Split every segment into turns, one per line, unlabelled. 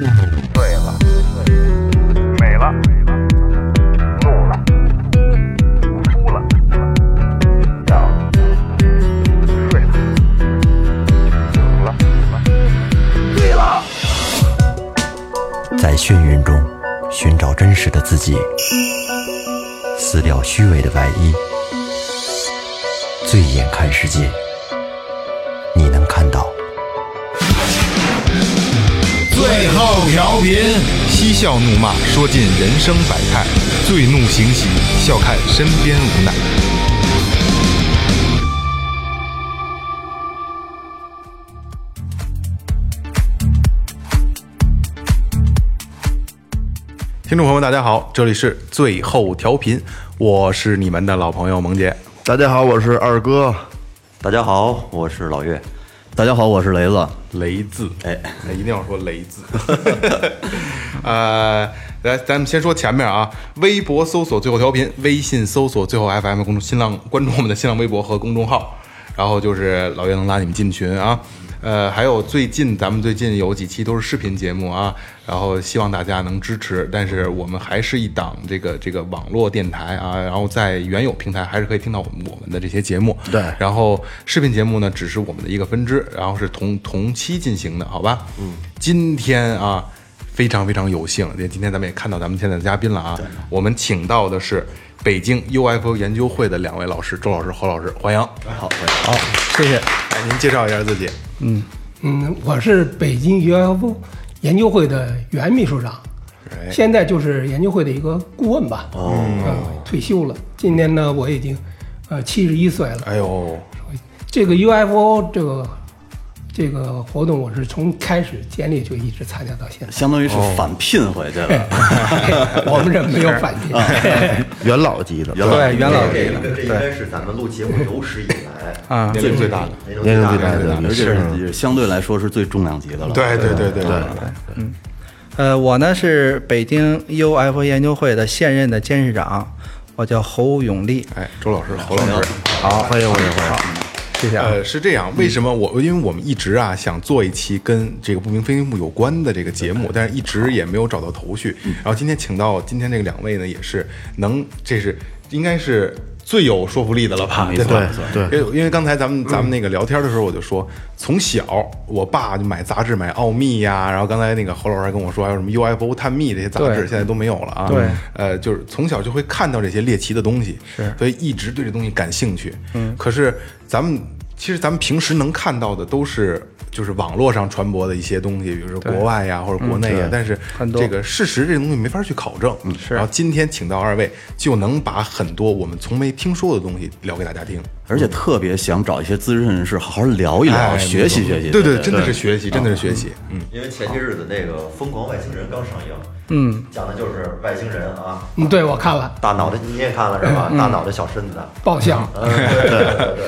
了，
美了，怒了，哭了，笑了，睡了，醒了，醉了。
在眩晕中寻找真实的自己，撕掉虚伪的外衣，醉眼看世界，你能看到。
最后调频，
嬉笑怒骂，说尽人生百态；醉怒行喜，笑看身边无奈。听众朋友们，大家好，这里是最后调频，我是你们的老朋友萌姐。
大家好，我是二哥。
大家好，我是老岳。
大家好，我是雷子。
雷字，哎，一定要说雷字。 呃，来，咱们先说前面啊，微博搜索最后调频，微信搜索最后 FM 公众新浪关注我们的新浪微博和公众号，然后就是老岳能拉你们进群啊。呃，还有最近咱们最近有几期都是视频节目啊，然后希望大家能支持。但是我们还是一档这个这个网络电台啊，然后在原有平台还是可以听到我们我们的这些节目。
对
然后视频节目呢，只是我们的一个分支，然后是同同期进行的，好吧？嗯，今天啊，非常非常有幸，也今天咱们也看到咱们现在的嘉宾了啊，我们请到的是北京 UFO 研究会的两位老师，周老师、侯老师，欢迎。好，
好，谢谢。
哎，您介绍一下自己。
嗯，我是北京 UFO 研究会的原秘书长，
哎
现在就是研究会的一个顾问吧。哦、退休了。今年呢，我已经呃七十一岁了。
哎呦，
这个 UFO 这个这个活动，我是从开始建立就一直参加 到现在。
相当于是
哦
返聘回 去了。
我们这没有反应。
啊
元老级的，
元老
对，元老
这个这应该是咱们录节目有史以来
啊，年龄最大的。
年龄最大
对
的，
而且
是
是也相对来说是最重量级的了。
对对对对对，
呃，我呢是北京 UFO 研究会的现任的监事长，我叫侯永利。
哎，周老师、侯老师，
好，欢迎欢迎欢迎。
谢谢啊。
呃，是这样，为什么我？因为我们一直啊想做一期跟这个不明飞行物有关的这个节目，但是一直也没有找到头绪。
嗯
然后今天请到今天这两位呢，也是能，这是应该是。最有说服力的了吧？对吧？
对嗯对
因为因为刚才咱们咱们那个聊天的时候，我就说，从小我爸就买杂志，买《奥秘》呀，然后刚才那个侯老师还跟我说，还有什么《UFO 探秘》这些杂志，
对
现在都没有了啊。
对
呃，就是从小就会看到这些猎奇的东西，是，所以一直对这东西感兴趣。嗯，可是咱们其实咱们平时能看到的都是就是网络上传播的一些东西，比如说国外呀或者国内呀，但是
很多
这个事实这东西没法去考证。嗯，是。然后今天请到二位，就能把很多我们从没听说的东西聊给大家听。
而且特别想找一些资深人士好好聊一聊，
哎
学习学习。
对对，真的是学习，真的是学习。嗯，
因为前些日子那个《疯狂外星人》刚上映，嗯，讲的就是外星人啊，
嗯，对，我看了
大脑袋你也看了是吧？大脑袋小身子，
爆笑。
嗯，对对对对。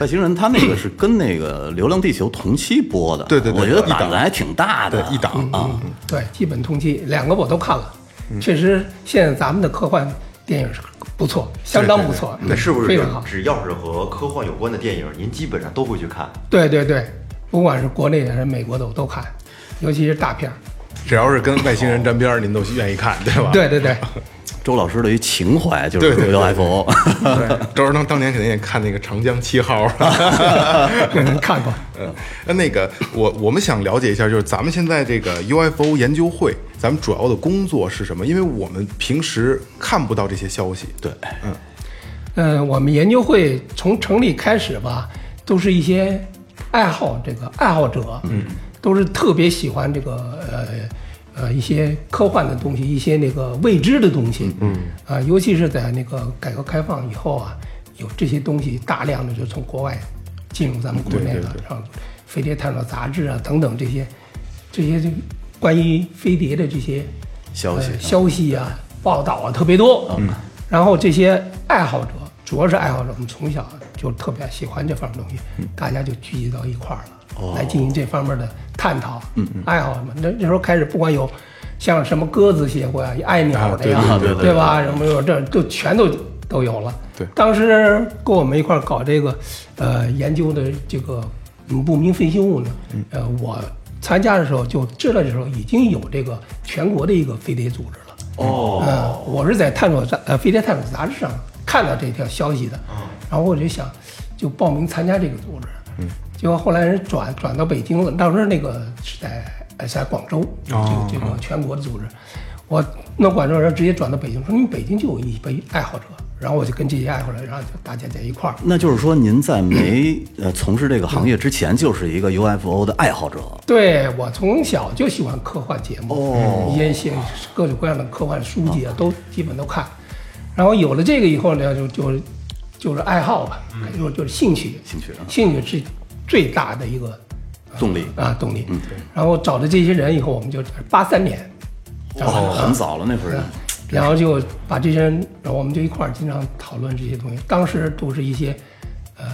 外星人他那 个是跟那个《流浪地球》同期播的。
对对对
我觉得
一档
胆子还挺大的。
对，一档啊，
嗯，对，基本同期两个我都看了，
嗯
确实现在咱们的科幻电影是不错，相当不错，嗯
那是不
非
是
常好？
只要是和科幻有关的电影，您基本上都会去看？
对对对，不管是国内的还是美国的我都看，尤其是大片儿。
只要是跟外星人沾边儿，您都愿意看，对吧？
对对 对，
周老师的一情怀就
对
是
对对
UFO。
周荣当当年肯定也看那个《长江七号》啊
看过。
嗯，那那个，我我们想了解一下，就是咱们现在这个 UFO 研究会，咱们主要的工作是什么？因为我们平时看不到这些消息。
对，
嗯，我们研究会从成立开始吧，都是一些爱好这个爱好者，嗯，都是特别喜欢这个呃呃一些科幻的东西，一些那个未知的东西，嗯，啊、尤其是在那个改革开放以后啊，有这些东西大量的就从国外进入咱们国内了，像《飞碟探索》杂志啊等等这些这些这关于飞碟的这些
消息
呃消息啊、报道啊特别多。嗯，然后这些爱好者，主要是爱好者，我们从小就特别喜欢这方面东西，
嗯
大家就聚集到一块儿
哦
了，来进行这方面的探讨。嗯嗯，爱好嘛，那那时候开始，不管有像什么鸽子协会啊、爱鸟的呀
啊，
对对对
对吧？什么有这都全都都有了。
对
当时跟我们一块儿搞这个，呃，研究的这个嗯不明飞行物呢，呃，我参加的时候就知道的时候已经有这个全国的一个飞碟组织了。哦，嗯，我是在探索杂呃飞碟探索杂志上看到这条消息的，然后我就想就报名参加这个组织，嗯，结果后来人转转到北京了，当时那个是在呃在广州，
哦
这个这个全国的组织，我弄广州人直接转到北京，说你们北京就有一批爱好者，然后我就跟这些爱好者，然后就大家在一块儿。
那就是说，您在没呃从事这个行业之前，就是一个 UFO 的爱好者。
嗯
对我从小就喜欢科幻节目，哦，一些各种各样的科幻书籍啊，都基本都看。然后有了这个以后呢，就就就是爱好吧，就就是兴趣，
嗯兴趣啊
兴趣是最大的一个
动力
啊动力。然后找了这些人以后，我们就八三年，
哦，很早了那会儿。
然后就把这些人，然后我们就一块儿经常讨论这些东西。当时都是一些，呃，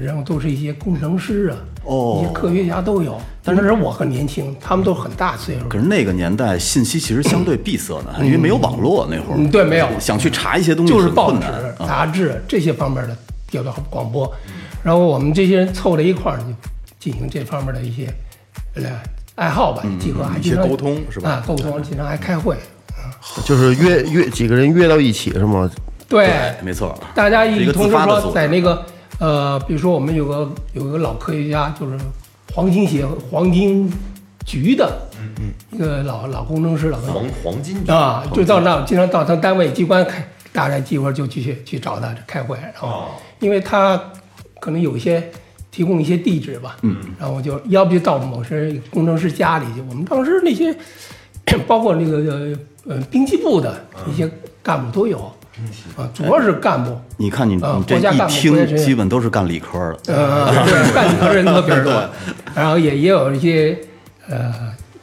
然后都是一些工程师啊，
哦
一些科学家都有。但是那时候我很年轻，他们都很大岁数
可。是那个年代信息其实相对闭塞的，因为没有网络那会儿。
嗯对没有
想去查一些东西
就是
很
报
困
纸
难、啊。
杂志这些方面的调到广播，然后我们这些人凑在一块儿，就进行这方面的一些呃爱好吧，集合，还
一些
啊经常
沟通是吧
啊，沟通，经常还开会。啊
就是约约几个人约到一起是吗？
对，
没错，
大家
是一
一
个
同
自
时
发的
说
组织
在那个呃，比如说我们有个有个老科学家，就是黄金协会黄金局的，一个老老工程师老
黄黄金局
啊，就到那经常到他单位机关开大家聚会就去去找他开会，然后因为他可能有一些提供一些地址吧，嗯，然后我就要不就到某些工程师家里去，我们当时那些包括那个呃兵器部的一些干部都有，啊，主要是干部。
你看你
啊
你这
国家
一
干部国家
听，
职业
基本都是干理科的。
呃，对，干科人特别多，然后也也有一些呃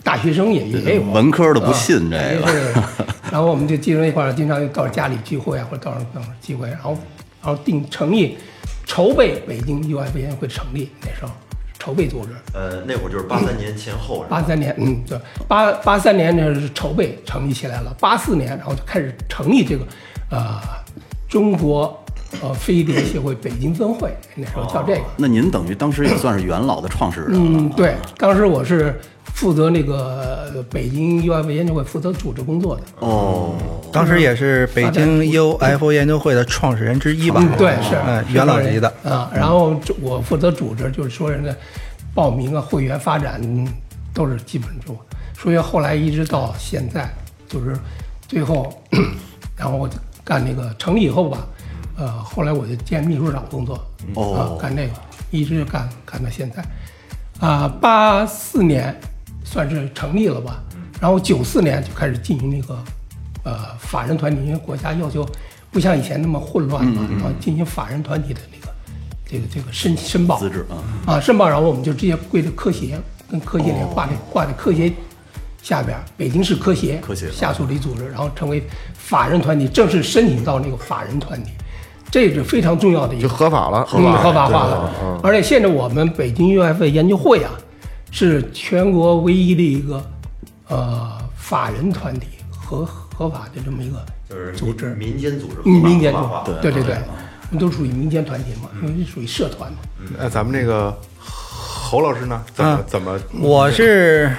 大学生也也有
文科的不信这
啊
个
对对对然后我们就经常一块儿，经常就到家里聚会啊，或者到那儿聚会，然后然后定成立筹备北京 UFO 研会成立那时候筹备组织，
呃，那会儿就是八三年前后，
八三年，嗯，对，八八三年呢是筹备成立起来了，八四年然后就开始成立这个，呃，中国呃飞碟协会北京分会，那时候叫这个。
那您等于当时也算是元老的创始人了。
嗯，对，当时我是负责那个呃北京 UFO 研究会负责组织工作的。
哦，
当时也是北京 UFO 研究会的创始人之一吧？
嗯，对，是
嗯，
是
元老
这样
级的。
啊。然后这我负责组织，就是说人的报名啊、会员发展嗯都是基本做。所以后来一直到现在，就是最后， 然后我就干那个成立以后吧，呃，后来我就兼秘书长工作，
哦
啊，干这个一直干干到现在，啊、8八四年算是成立了吧，然后九四年就开始进行那个呃法人团体，因为国家要求不像以前那么混乱嘛，然后进行法人团体的那个这个这个申申报
资质啊
啊申报，然后我们就直接归到科协，跟科协联挂在挂在科协下边儿，北京市科协
科协
下属的一组织，然后成为法人团体，正式申请到那个法人团体，这是非常重要的一
就
个
合法了，嗯
嗯，合法
对
化了。而且现在我们北京 UFO 研究会啊，是全国唯一的一个呃法人团体合合法的这么一个
就是
组织，
民民间组织，
嗯民间
合
组
法化
织，对对对，我们都属于民间团体嘛，因为属于社团嘛。
嗯那咱们这个侯老师呢？怎么
嗯
啊
怎么？
我是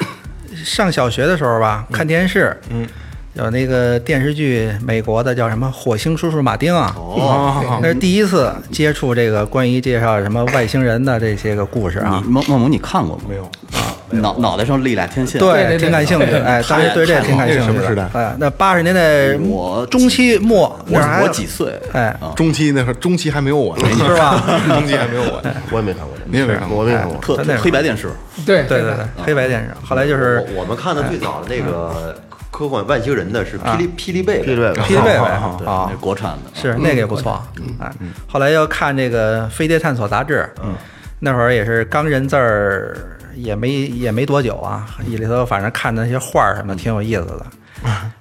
上小学的时候吧，看电视，嗯，有那个电视剧，美国的叫什么《火星叔叔马丁》啊，
嗯
哦
那是第一次接触这个关于介绍什么外星人的这些个故
嗯
事啊
你，孟孟母，你看过吗？没有啊，脑脑袋上立俩天线。
对对
挺感兴趣，
对
哎，当时对这挺感兴趣
那是什么时代
哎，那八十年代
我
中期末，那
我
时候还
我几岁？
哎，
中期那会儿中期还没有我 呢，
是吧？
中期还没有我呢，
我也没看过这个，
你也没看过
我没看过。
特
他那会儿
黑白电视。
对
对对对，黑白电视。后来就是
我我们看的最早的那个科幻外星人的是霹雳霹雳贝
霹
贝，
雳贝贝
霹雳贝贝
对，
啊
那，是国产的。
是那个也不错，哎，后来又看这个《飞碟探索》杂志，嗯，那会儿也是刚认字儿，也没也没多久啊，里头反正看的那些画儿什么的挺有意思的，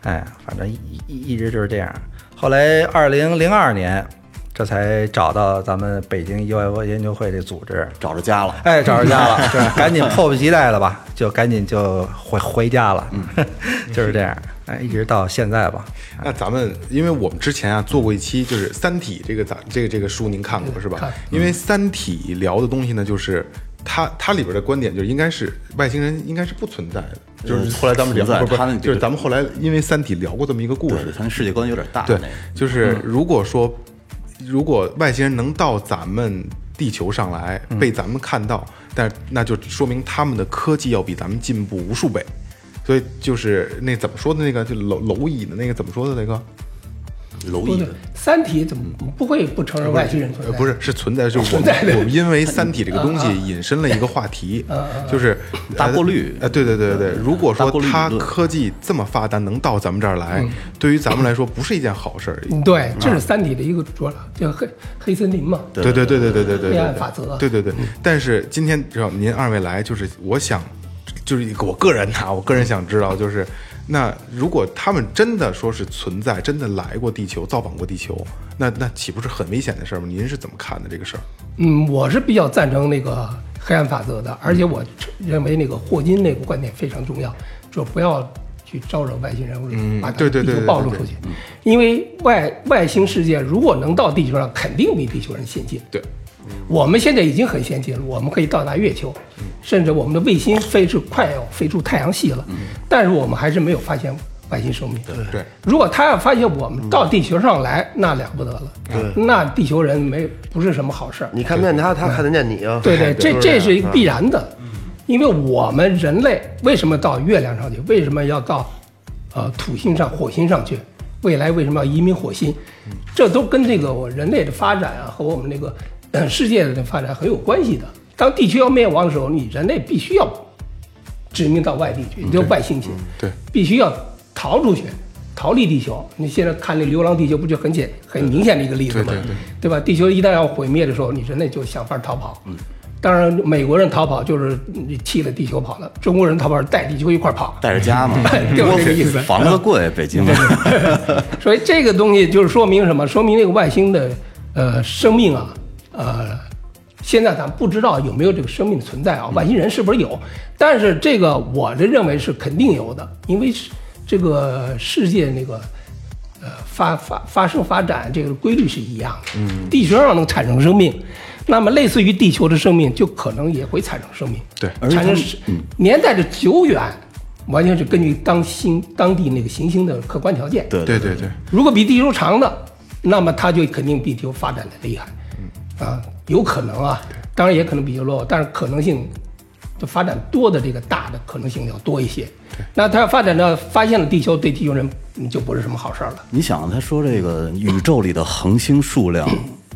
哎，反正一一一直就是这样。后来二零零二年，这才找到咱们北京 UFO 研究会这组织，
找着家了。
哎，找着家了，是赶紧迫不及待了吧，就赶紧就回回家了，就是这样，哎，一直到现在吧，
那咱们，因为我们之前啊做过一期，就是《三体》这个咱这个这个书，您看过是吧？因为《三体》聊的东西呢，就是他他里边的观点就是应该是外星人应该是不存在的，就是
嗯
后来咱们聊，
存在
不是
他
不
那
是，
个
就是咱们后来因为《三体》聊过这么一个故
对
事，
他那世界观有点大，
对
那个，
就是如果说如果外星人能到咱们地球上来被咱们看到，但那就说明他们的科技要比咱们进步无数倍。所以就是那怎么说的那个，就蝼蝼蚁的那个怎么说的那个？
蝼
不
蚁
对，《三体》怎么不会不承认外星人存
呃，
在？
不是，是存在，就是我
存
们
在的啊
我们因为《三体》这个 东西引申了一个话题，就是呃
大过滤嗯
呃，对对对对，对如果
大
说
过滤理
它
论
科技这么发达，能到咱们这儿来，对于咱们来说不是一件好事儿。
嗯对，这是《三体》的一个主要叫黑黑森林嘛。
对对对对对对对，
黑暗
对
法则嗯
对对对。但是今天只要您二位来，就是我想，就是我个人呐、我个人想知道，就是那如果他们真的说是存在，真的来过地球，造访过地球，那那岂不是很危险的事儿吗？您是怎么看的这个事儿？
嗯，我是比较赞成那个黑暗法则的，而且我认为那个霍金那个观点非常重要，说不要去招惹外星人或者把
对对对
地
对
球
对
暴露出去，因为外外星世界如果能到地球上，肯定比地球人先进。
对，
我们现在已经很先进了，我们可以到达月球，甚至我们的卫星飞是快要飞出太阳系了，但是我们还是没有发现外星生命。对
对
如果他要发现我们到地球上来，那了不得了，那地球人没不是什么好事儿。
你看不见他，他看得见你啊。
对对，这这是一个必
然。
然的，
嗯
因为我们人类为什么到月亮上去？为什么要到呃土星上、火星上去？未来为什么要移民火星？
嗯
这都跟这个我人类的发展啊和我们这个、呃世界的发展很有关系的。当地球要灭亡的时候，你人类必须要殖民到外地去，你就外星去，
嗯对，
必须要逃出去，逃离地球。你现在看那《流浪地球》，不就很简很明显的一个例子吗？
对对对
对吧？地球一旦要毁灭的时候，你人类就想法逃跑。当然，美国人逃跑就是你弃了地球跑了，中国人逃跑是带地球一块儿跑。，
带着家嘛
就这个意思
房子贵，北京。
所以这个东西就是说明什么？说明那个外星的呃生命啊，呃，现在咱们不知道有没有这个生命的存在啊，外星人是不是有？但是这个我的认为是肯定有的，因为是这个世界那个。呃，发发发生发展这个规律是一样的，嗯，地球上能产生生命，那么类似于地球的生命，就可能也会产生生命，
对
而且
产
他
生
们嗯
是年代的久远，完全是根据当星当地那个行星的客观条件，
对
对对对，
如果比地球长的，那么它就肯定比地球发展的厉害，
嗯
啊，有可能啊，当然也可能比较落后，但是可能性就发展多的这个大的可能性要多一些。那它要发展到发现了地球，对地球人嗯就不是什么好事儿了。
你想，啊他说这个宇宙里的恒星数量，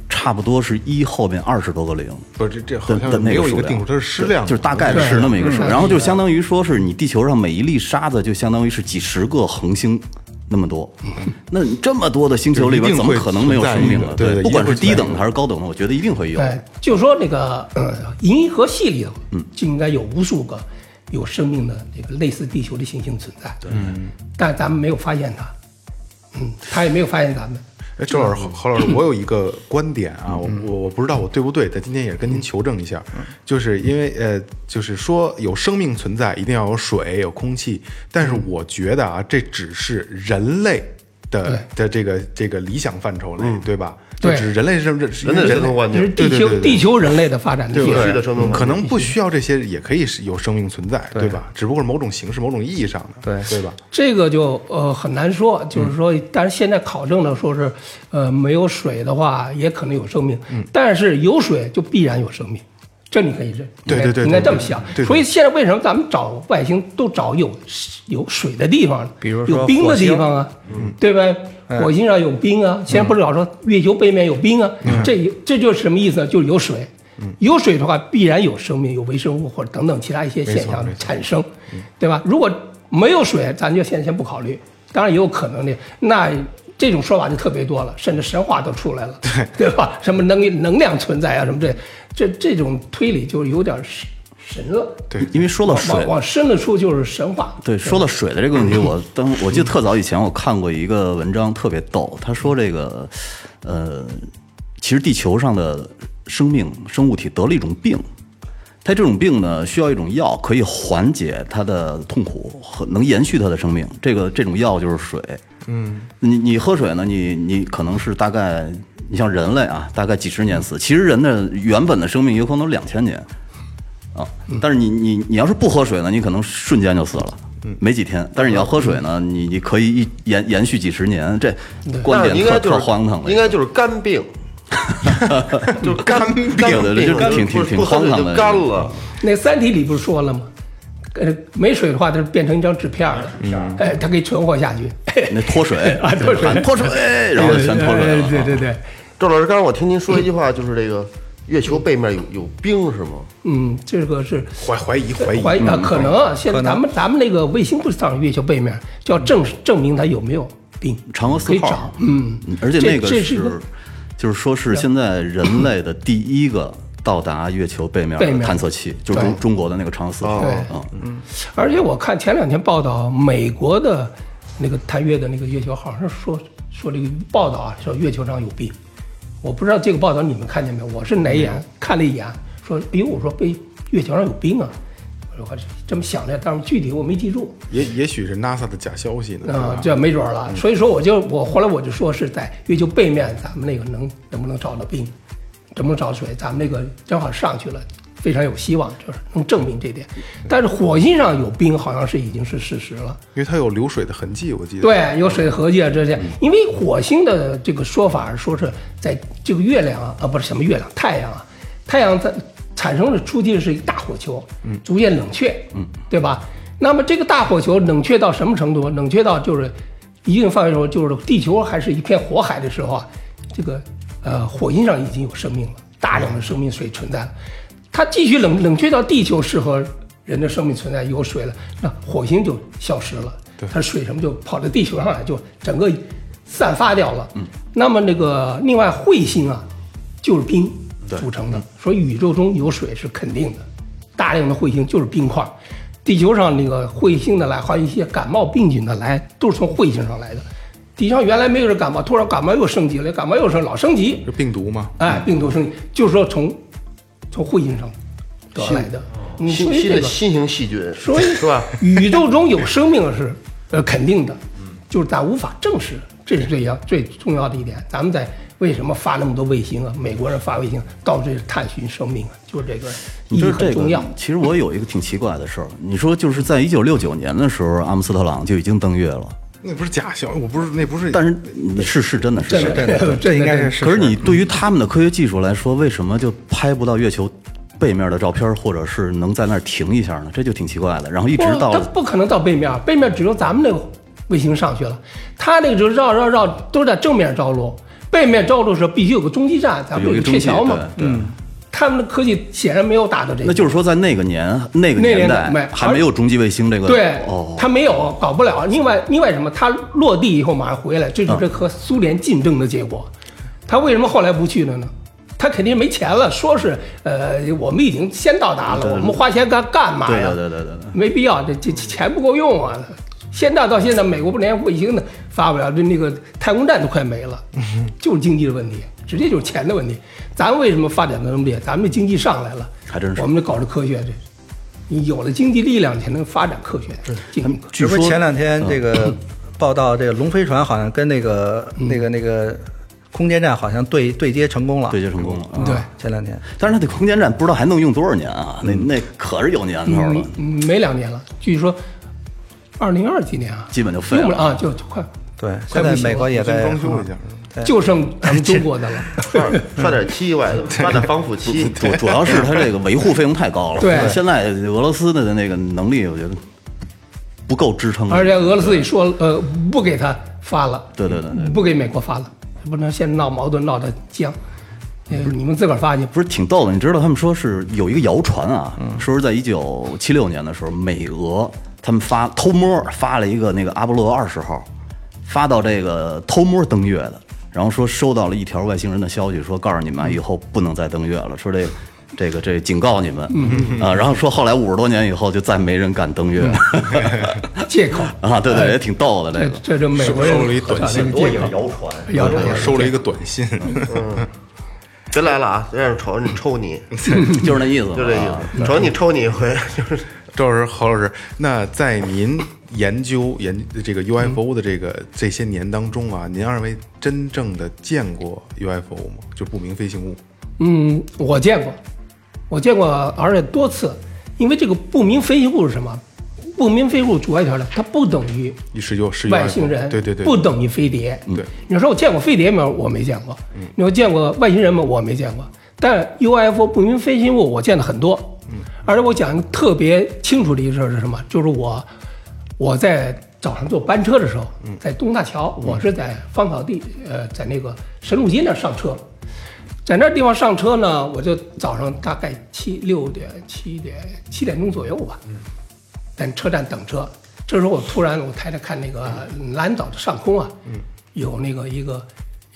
差不多是一后面二十多个零。
不是这这
的
好
的
像
那
没有一
数
个
量，
定数，它是矢量的，
就是大概
对
是那么一个数，
嗯
然后就相当于说是你地球上每一粒沙子就相当于是几十个恒星。那么多，那你这么多的星球里边，
就一
怎
定
么
会
可能没有生命啊？
存在一个对对
不管
一定
是
会
低
存
等
在
的还是高等的，我觉得一定会有。
对，哎就说那个呃银河系里头，
嗯
就应该有无数个有生命的这个类似地球的行星存在，嗯，但咱们没有发现它，嗯，它也没有发现咱们。
哎，周
嗯
老师，郝 老师，我有一个观点啊，我我我不知道我对不对，但今天也是跟您求证一下，
嗯
就是因为呃，就是说有生命存在，一定要有水、有空气，但是我觉得啊，这只是人类的的这个这个理想范畴内，
嗯
对吧？就
对
只是人类是这是
人类
人
生存
类
环
就是地
境，
对对
球
对对
地球人类的发展的
必
历史
须的生存环境。
可能不需要这些，也可以是有生命存在，对吧？只不过是某种形式、某种意义上的，对
对
对吧？
这个就呃很难说，
嗯
就是说，但是现在考证了，说是，呃，没有水的话，也可能有生命，
嗯
但是有水就必然有生命，这你可以认，
对对对
应该
对
这么
对
想。
对对
所以现在为什么咱们找外星都找有有水的地方呢？
比如说
有冰的
火星嗯
地方啊，对呗？火星上有冰啊，现在不是老说月球背面有冰啊，
嗯
这这就是什么意思呢？就是有水。有水的话，必然有生命、有微生物或者等等其他一些现象产生，
嗯
对吧？如果没有水，咱就现在先不考虑。当然也有可能的，那这种说法就特别多了，甚至神话都出来了，对吧？什么能能量存在啊，什么这这这种推理就有点神神了。
对
因为说到
往
水
往，往深了说就是神话。
对，说到水的这个问题，我当我记得特早以前我看过一个文章，特别逗。他说这个，呃，其实地球上的生命生物体得了一种病，它这种病呢需要一种药可以缓解它的痛苦和能延续它的生命。这个这种药就是水。嗯，你你喝水呢，你你可能是大概你像人类啊，大概几十年死。其实人的原本的生命有可能两千年。啊。
嗯
但是你你你要是不喝水呢，你可能瞬间就死了。
嗯
没几天，但是你要喝水呢，你你可以一延延续几十年，这观
但是
点
应
特
该就
特
是
荒唐了。
应该就是肝病，就是肝病，
对对对就
肝
挺
病不
挺
是
挺
不喝水
荒唐
就
的
干了。
那《三体》里不是说了吗？呃，没水的话，它就变成一张纸片儿了。
嗯
哎，它可以存活下去。
那脱水
啊脱水
喊脱水， 然后就全脱水了。 啊
对对对，
赵老师，刚才我听您说一句话，就是这个月球背面有有冰是吗？
嗯，这个是
怀怀疑怀疑，
怀
嗯
疑啊，可能啊，现在
可能
咱们咱们那个卫星不是上月球背面，就要证证明它有没有病。
嗯嫦娥四
可以
号
找，，嗯，
而且
这
那个
这是一
是
个，
就是说是现在人类的第一个到达月球背面
背
的
面
探测器，就是中中国的那个嫦娥四号
对
啊。嗯
而且我看前两天报道，美国的那个探月的那个月球号，是说说这个报道啊，说月球上有病。我不知道这个报道你们看见没有？我是哪一眼看了一眼，说哎呦，我说被月球上有病啊！我说这么想的，但是具体我没记住
也也许是 NASA 的假消息呢。
啊、
对吧
这没准儿了。所以说，我就我后来我就说是在月球背面，咱们那个能能不能找到病，能不能找水？咱们那个正好上去了，非常有希望，就是能证明这点。但是火星上有冰，好像是已经是事实了。
因为它有流水的痕迹，我记得。
对，有水合计啊这些，因为火星的这个说法说是在这个月亮啊，啊不是什么月亮，太阳啊，太阳它产生的初期是一大火球，嗯，逐渐冷却，嗯，对吧？那么这个大火球冷却到什么程度？冷却到就是一定范围的时候，就是地球还是一片火海的时候啊，这个呃火星上已经有生命了，大量的生命水存在了。它继续冷冷却到地球适合人的生命存在有水了，那火星就消失了，它水什么就跑到地球上来，就整个散发掉了。嗯，那么那个另外彗星啊，就是冰组成的，所以宇宙中有水是肯定的，大量的彗星就是冰块。地球上那个彗星的来，还有一些感冒病菌的来，都是从彗星上来的。地上原来没有人感冒，突然感冒又升级了，感冒又升，老升级，
是病毒吗？
哎，病毒升级，就是说从从彗星上得来的。嗯，所
新
以
新
这
的
个，
新型细菌
所以
是吧？？
宇宙中有生命是呃肯定的，就是咱无法证实，这是最要最重要的一点。咱们在为什么发那么多卫星啊？美国人发卫星到处探寻生命啊，就是这个意
你
义
知道
很
这
重
个
要。？
其实我有一个挺奇怪的事儿，你说就是在一九六九年的时候，阿姆斯特朗就已经登月了，
那不是假消，我不是，那不是。
但是你是是真的是真的。
对对对这应该是事
可是
实
你对于他们的科学技术来说，为什么就拍不到月球背面的照片，或者是能在那儿停一下呢？这就挺奇怪的。然后一直
不，
到
它不可能到背面，背面只有咱们那个卫星上去了，它那个就是绕绕绕都是在正面着陆，背面着陆的时候必须有个中继站，咱们
有一
个
个
鹊
中继
桥嘛，
对对
嗯，他们的科技显然没有达到这个，
那就是说，在那个年那个
那
年
年
代
代没
还没有中继卫星这个
对，
哦，
他没有搞不了。另外，另外什么？他落地以后马上回来，这
嗯
就是和苏联竞争的结果。他为什么后来不去了呢？他肯定没钱了，说是呃，我们已经先到达了，我们花钱干干嘛
对
呀？
对对对对对。
没必要，这这钱不够用啊。现在到现在，美国不连卫星都发不了，这那个太空站都快没了，
嗯
就是经济的问题，直接就是钱的问题。咱们为什么发展的那么厉害？咱们经济上来了，
还真是
我们搞这科学，这你有了经济力量，才能发展科学。进行科学
据
这不
说
是前两天这个报道，这个龙飞船好像跟那个、那个那个空间站好像对对接成功了。
对接成功了。啊
对，
前两天
但是它的空间站不知道还能用多少年啊？那那可是有年头了，
嗯没两年了，据说二零二几年啊，
基本就废了
用不了啊，就就快
对，
快
现
不行了
在美国也
先
在嗯
装修一下，
就剩咱们中国 的了。
刷点漆吧，刷点防腐漆。
主主要是它这个维护费用太高了。
对
现在俄罗斯的那个能力，我觉得不够支撑。
而且俄罗斯也说了，呃，不给他发了，
对对对对
不给美国发了，不能现在闹矛盾闹得僵，呃，你们自个儿发去。
不是挺逗的？你知道他们说是有一个谣传啊，说是在一九七六年的时候，美俄他们发偷摸发了一个那个阿波罗二十号，发到这个偷摸登月的，然后说收到了一条外星人的消息，说告诉你们啊以后不能再登月了，说这个。这个这警告你们 啊、然后说后来五十多年以后就再没人敢登月
借口
啊，对对，也挺逗的这
这
哎
个。
这就美国人
收了一短信
很多也是谣传， 谣传
我收了一个短信，
别来了啊！让人瞅你 抽你，
就是那意思嘛，
就这意
啊
思，瞅你抽你一回，就是
赵老师、郝老师，那在您研究研这个
嗯
UFO 的这个、这些年当中啊，您二位真正的见过 UFO 吗？就不明飞行物？
嗯，我见过，我见过，而且多次，因为这个不明飞行物是什么？不明飞行物主要一条呢，它不等于
一十九十
外星人，
对对对，
不等于飞碟。
对，嗯
你说我见过飞碟没有？我没见过。你说见过外星人吗？我没见过。但 UFO 不明飞行物我见的很多，
嗯
而且我讲一个特别清楚的一个事儿是什么？就是我我在早上坐班车的时候，
嗯
在东大桥，我是在芳草地，呃，在那个神路街那儿上车，在那地方上车呢，我就早上大概七六点七点七点钟左右吧，在车站等车。这时候我突然我抬头看那个蓝岛的上空啊，有那个一个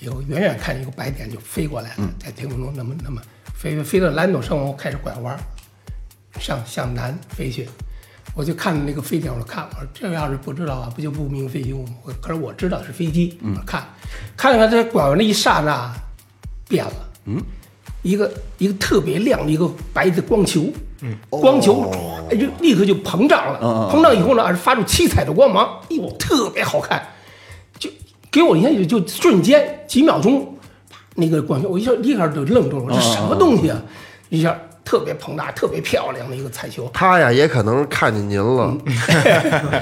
有远远看一个白点就飞过来了，在天空中那么那么飞飞到蓝岛上空开始拐弯儿，向向南飞去。我就看那个飞点，我看，我说这要是不知道啊，不就不明飞行物吗？我可是我知道是飞机，我看，看了看这拐弯那一刹那，啊变了，嗯，一个一个特别亮的一个白的光球，嗯，光球哎就立刻就膨胀了，膨胀以后呢，发出七彩的光芒，哎呦，特别好看，就给我一下就就瞬间几秒钟，啪那个光球我一下立刻就愣住了，这什么东西啊？一下特别庞大、特别漂亮的一个彩球，
他呀，也可能是看见您 了。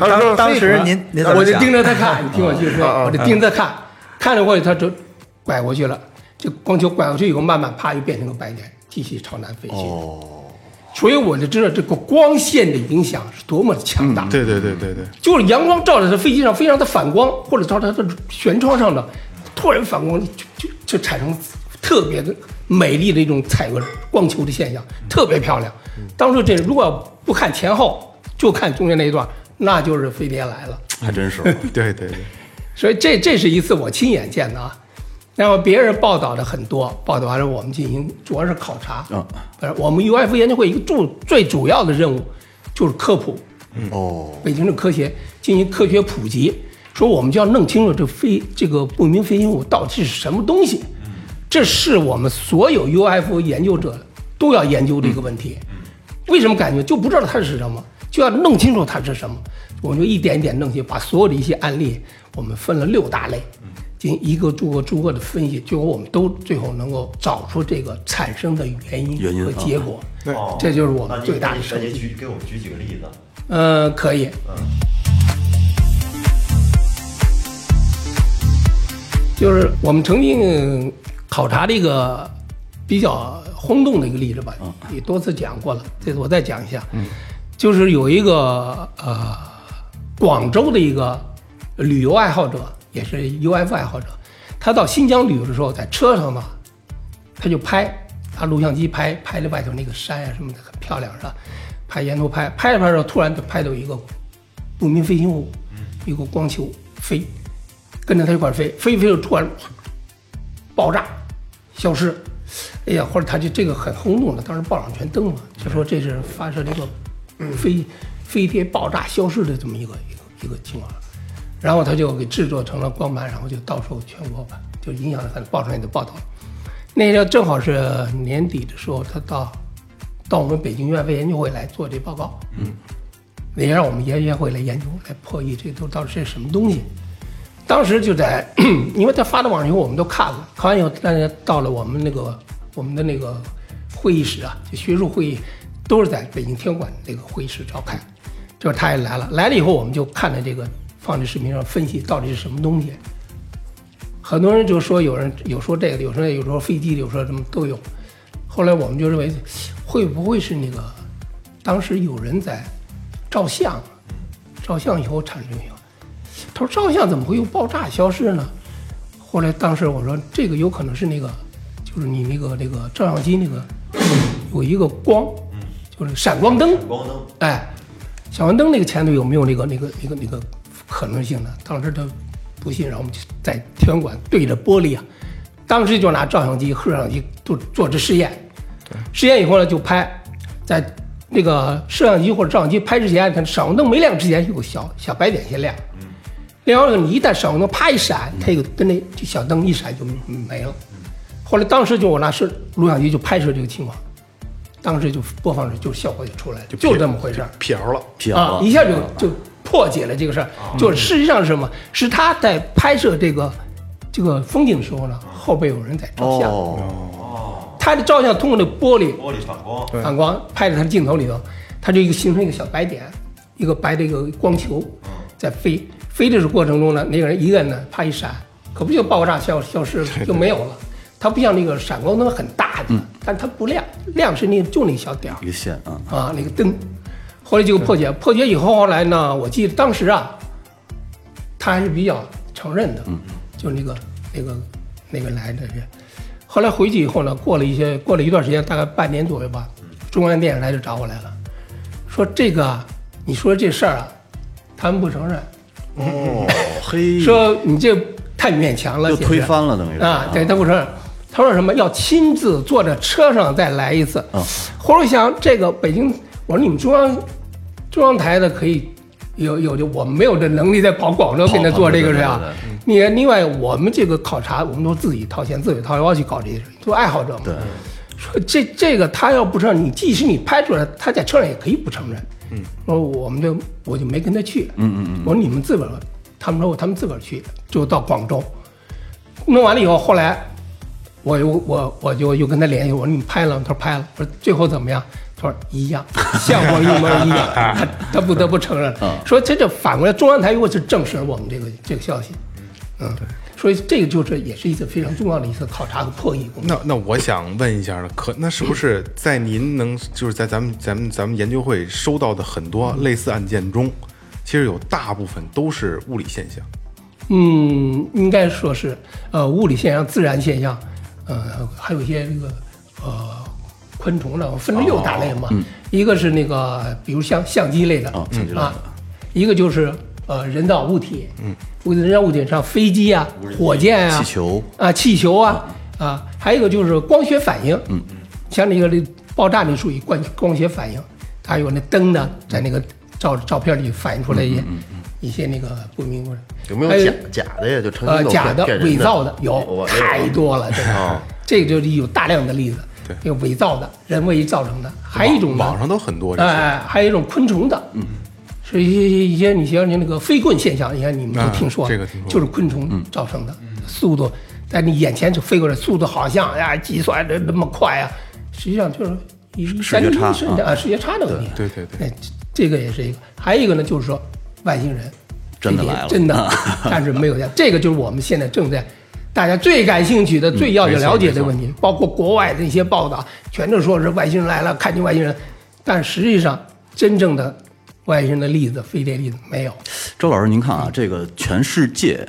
当时当时您您怎
啊我
么
就
想？
盯着他看，你听我继续说，我就盯着他看，看着过去，他就拐过去了。这光球拐过去以后，慢慢啪又变成个白点，继续朝南飞去。哦，所以我就知道这个光线的影响是多么的强大。
嗯对对对对对，
就是阳光照在它飞机上，飞机上它反光，或者照在它的舷窗上的，突然反光，就就就产生特别的美丽的一种彩光光球的现象，特别漂亮。当时这如果要不看前后，就看中间那一段，那就是飞碟来了。
还真 是。
对对对，
所以这这是一次我亲眼见的啊。然后别人报道的很多，报道完了我们进行主要是考察。
嗯
呃，我们 UFO 研究会一个重最主要的任务就是科普，
哦，
北京的科学进行科学普及，说我们就要弄清楚这飞这个不明飞行物到底是什么东西，这是我们所有 UFO 研究者都要研究的一个问题。为什么感觉就不知道它是什么，就要弄清楚它是什么？我们就一点一点弄清，把所有的一些案例，我们分了六大类，进行一个逐个逐个的分析，最后我们都最后能够找出这个产生的原
原
因
因
和结果。
哦
这就是我们
那你
最大的
那你
成
那你
绩。
举给我们举几个例子。
呃，可以。就是我们曾经考察的一个比较轰动的一个例子吧，也多次讲过了，这次我再讲一下。就是有一个呃广州的一个旅游爱好者，也是 UFO 爱好者，他到新疆旅游的时候，在车上呢，他就拍，他录像机拍拍了外头那个山啊什么的，很漂亮是吧？拍沿途拍，拍着拍着突然就拍到一个不明飞行物，一个光球飞，跟着他一块儿飞，飞飞就突然爆炸，消失。哎呀，后来他就这个很轰动了，当时报上全登了，就说这是发射这个飞飞碟爆炸消失的这么一个一个一个情况。然后他就给制作成了光盘，然后就到处全国版，就影响了很报上也都报道了。那个正好是年底的时候，他到到我们北京院卫研究会来做这报告，嗯，也让我们研研会来研究来破译这都到底是什么东西。当时就在， 因为他发到网上以后，我们都看了，看完以后，大家到了我们那个我们的那个会议室啊，就学术会议，都是在北京天文馆那个会议室召开。这他也来了，来了以后，我们就看了这个放在视频上分析到底是什么东西。很多人就说有人有说这个的，有说有说飞机的，有说什么都有。后来我们就认为，会不会是那个当时有人在照相，照相以后产生影响？他说照相怎么会用爆炸消失呢？后来当时我说这个有可能是那个，就是你那个那个照相机那个有一个光，就是闪光灯，
光灯
哎，小黄灯那个前头有没有那个那个那个那个可能性呢？当时他不信，然后我们就在天文馆对着玻璃啊，当时就拿照相机、摄像机做做这试验。试验以后呢，就拍，在那个摄像机或者照相机拍之前，它闪光灯没亮之前有个小小白点先亮，亮完了你一旦闪光灯啪一闪，它有个跟那就小灯一闪就没了。后来当时就我拿摄录像机就拍摄这个情况，当时就播放着就效果就出来了，就
撇
这么回事儿。
撇儿了，
撇
啊
了，，啊
一下就就破解了这个事儿。就是事实上是什么？是他在
啊
拍摄这个这个风景的时候呢，后边有人在照相，
哦，
它的照相通过那玻璃
玻璃反光，
反光拍在它的镜头里头，它就一个形成一个小白点，一个白的一个光球在飞。飞的过程中呢，那个人一摁呢，啪一闪，可不就爆炸消消失了就没有了。它不像那个闪光灯很大的，但它不亮，亮是那就那小点儿
一个线啊，
啊，那个灯。后来这个破解，破解以后，后来呢，我记得当时啊，他还是比较承认的，
嗯
就是那个那个那个来的人。后来回去以后呢，过了一些过了一段时间，大概半年左右吧，
嗯
中央电视台就找我来了，说这个啊，你说这事儿啊，他们不承认，
嘿，
说你这太勉强了，
又嗯
姐
推
姐
翻了等于是
啊，对，他不承认。他说什么要亲自坐在车上再来一次。后来我想，这个北京，我说你们中央中央台的可以有有这，我们没有这能力再跑广州给他做这个事啊
对对对。
你另外我们这个考察，我们都自己掏钱自己掏腰去搞这些事，做爱好者嘛。对。说这这个他要不承认，你即使你拍出来，他在车上也可以不承认。嗯，说我们就我就没跟他去。嗯嗯嗯，我说你们自个儿，他们说他们自个儿去的，就到广州。弄完了以后，后来我又我我就又跟他联系，我说你拍了吗？他说拍了。我说最后怎么样？他说一样，像我一模一样，他他不得不承认。说这这反过来，中央台又是证实了我们这个这个消息，嗯，所以这个就是也是一次非常重要的一次考察和破译工作。
那那我想问一下了，可那是不是在您能就是在咱们咱们咱们研究会收到的很多类似案件中，其实有大部分都是物理现象，
嗯，应该说是呃物理现象、自然现象，呃，还有一些这个呃昆虫呢，分成六大类嘛。一个是那个比如像相机类的、
嗯哦相机类的
啊，一个就是呃人造物体，嗯，人造物体上飞机啊、火箭啊、
气球嗯
啊、气球啊啊，还有一个就是光学反应，嗯，像那个那爆炸那属于光光学反应，它有那灯呢在那个照照片里反映出来一些、
嗯
一些那个不明物。
有没
还
有假假的呀？就成
哎呃
心给我
假
骗
的
骗、人
伪造
的哦
的有
我
太多了，这个这个就是有大量的例子，有伪造的，人为造成的，还有一种呢
网上都很多这
哎
些。
哎，还有一种昆虫的，嗯，是一些一些你像那个飞棍现象，你看你们都
啊
听说了，
这个听说
就是昆虫造成的，速度在你眼前就飞过来，速度好像哎呀计算的那么快啊，实际上就是一
视觉差
是啊，视觉差的问题啊，
对对对
哎，这这个也是一个，还有一个呢，就是说外星人
真的
这些
来了
真的，但是没有像这个就是我们现在正在。大家最感兴趣的、
嗯
最要去了解的问题，包括国外的一些报道，全都说是外星人来了，看见外星人，但实际上真正的外星人的例子、飞碟例子没有。
周老师，您看啊，这个全世界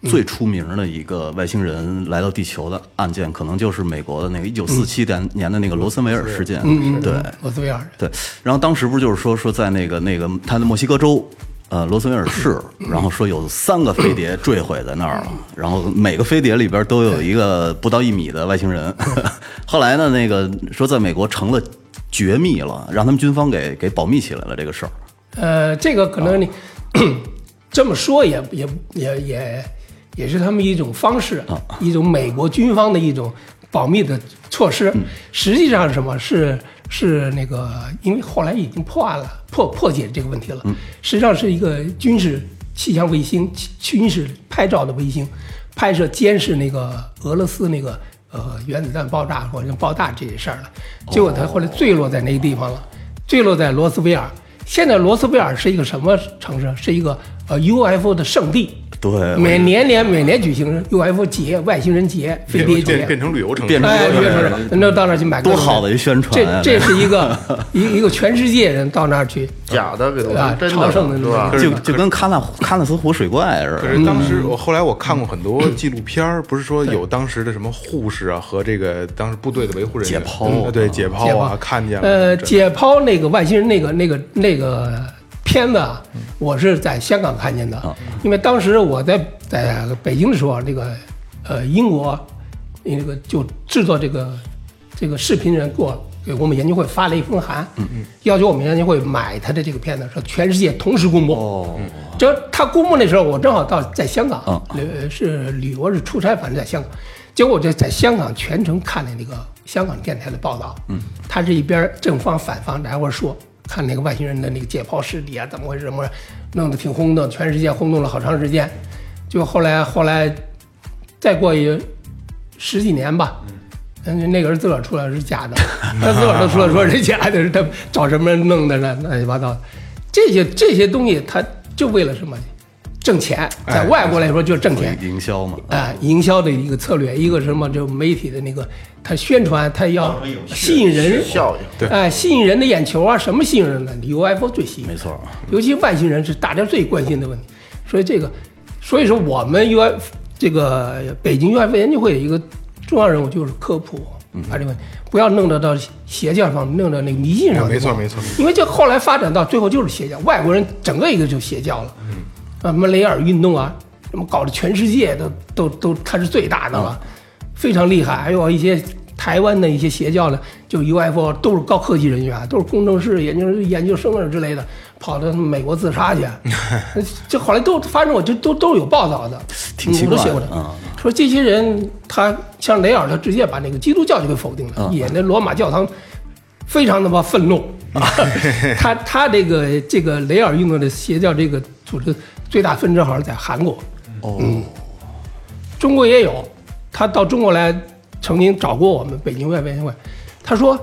嗯
最出名的一个外星人来到地球的案件，可能就是美国的那个一九四七年年的那个罗森维尔事件。
嗯嗯，
对
罗斯威尔，
对。然后当时不是就是说说在那个那个他的墨西哥州。呃，罗森维尔市，
嗯
然后说有三个飞碟坠毁在那儿了，然后每个飞碟里边都有一个不到一米的外星人。 后来呢，那个说在美国成了绝密了，让他们军方给给保密起来了这个事儿。
呃，这个可能你、 这么说也也也也也是他们一种方式，一种美国军方的一种保密的措施。实际上是什么是是那个，因为后来已经破案了，破破解这个问题了。实际上是一个军事气象卫星、气军事拍照的卫星，拍摄监视那个俄罗斯那个。呃，原子弹爆炸或者爆炸这些事儿了，结果它后来坠落在那个地方了。坠落在罗斯威尔。现在罗斯威尔是一个什么城市？是一个呃 UFO 的圣地。
对
每年年每年举行 UFO 节、外星人节、飞碟
变变
节。
成旅游城市，
变成
哎，约出来，那到那儿去买个
多好的一宣传啊
这这是 一个一一个全世界人到那儿去
假的给我
啊
们真
朝
的
圣的
是
那
吧
种？
就就跟喀纳湖喀纳斯湖水怪似
可
的。
是当时我后来我看过很多纪录片儿，不是说有当时的什么护士啊和这个当时部队的维护人员
解剖啊
对解
解
剖啊，
剖
看见了
呃，
这
解剖那个外星人那个那个那个片子，啊，我是在香港看见的，因为当时我在在北京的时候啊，那个呃英国那个就制作这个这个视频人给我给我们研究会发了一封函，要求我们研究会买他的这个片子，说全世界同时公布。这他公布那时候，我正好到在香港，呃，是旅游是出差，反正在香港。结果我就在香港全程看了那个香港电台的报道，嗯，他是一边正方反方来回说，看那个外星人的那个解剖尸体啊，怎么回事？怎么回事？弄得挺轰动，全世界轰动了好长时间。就后来后来再过一十几年吧，嗯，那个是自个儿出来是假的， 他自个儿都出来说是假的，是他找什么人弄的呢？乱七八糟的，这些这些东西，他就为了什么？挣钱，在
哎
外国来说就是挣钱，
营销嘛，
啊，营销的一个策略，一个什么就媒体的那个，他宣传，他要吸引人
效应
对
哎，吸引人的眼球啊，什么吸引人呢？UFO 最吸引，
没，错，
尤其外星人是大家最关心的问题，所以这个，所以说我们 UFO 这个北京 UFO 研究会有一个重要任务就是科普，
嗯
把这个问题不要弄得到邪教方面，弄到那个迷信上去，
哎没错没错，
因为这后来发展到最后就是邪教，外国人整个一个就邪教了，
嗯
啊，什么雷尔运动啊，什么搞得全世界都都都他是最大的了，
嗯
非常厉害。还有一些台湾的一些邪教呢，就 UFO 都是高科技人员，啊都是工程师、研究研究生啊之类的，跑到美国自杀去， 呃这后来都发生过，这都都有报道的，嗯
挺奇
我都
怪
写过的
的。啊。
说这些人，他像雷尔，他直接把那个基督教就给否定
嗯
了，也那罗马教堂非常他妈愤怒啊！他他这个这个雷尔运动的邪教这个组织最大分支好像在韩国，嗯
哦，
中国也有，他到中国来曾经找过我们北京外委员会，他说，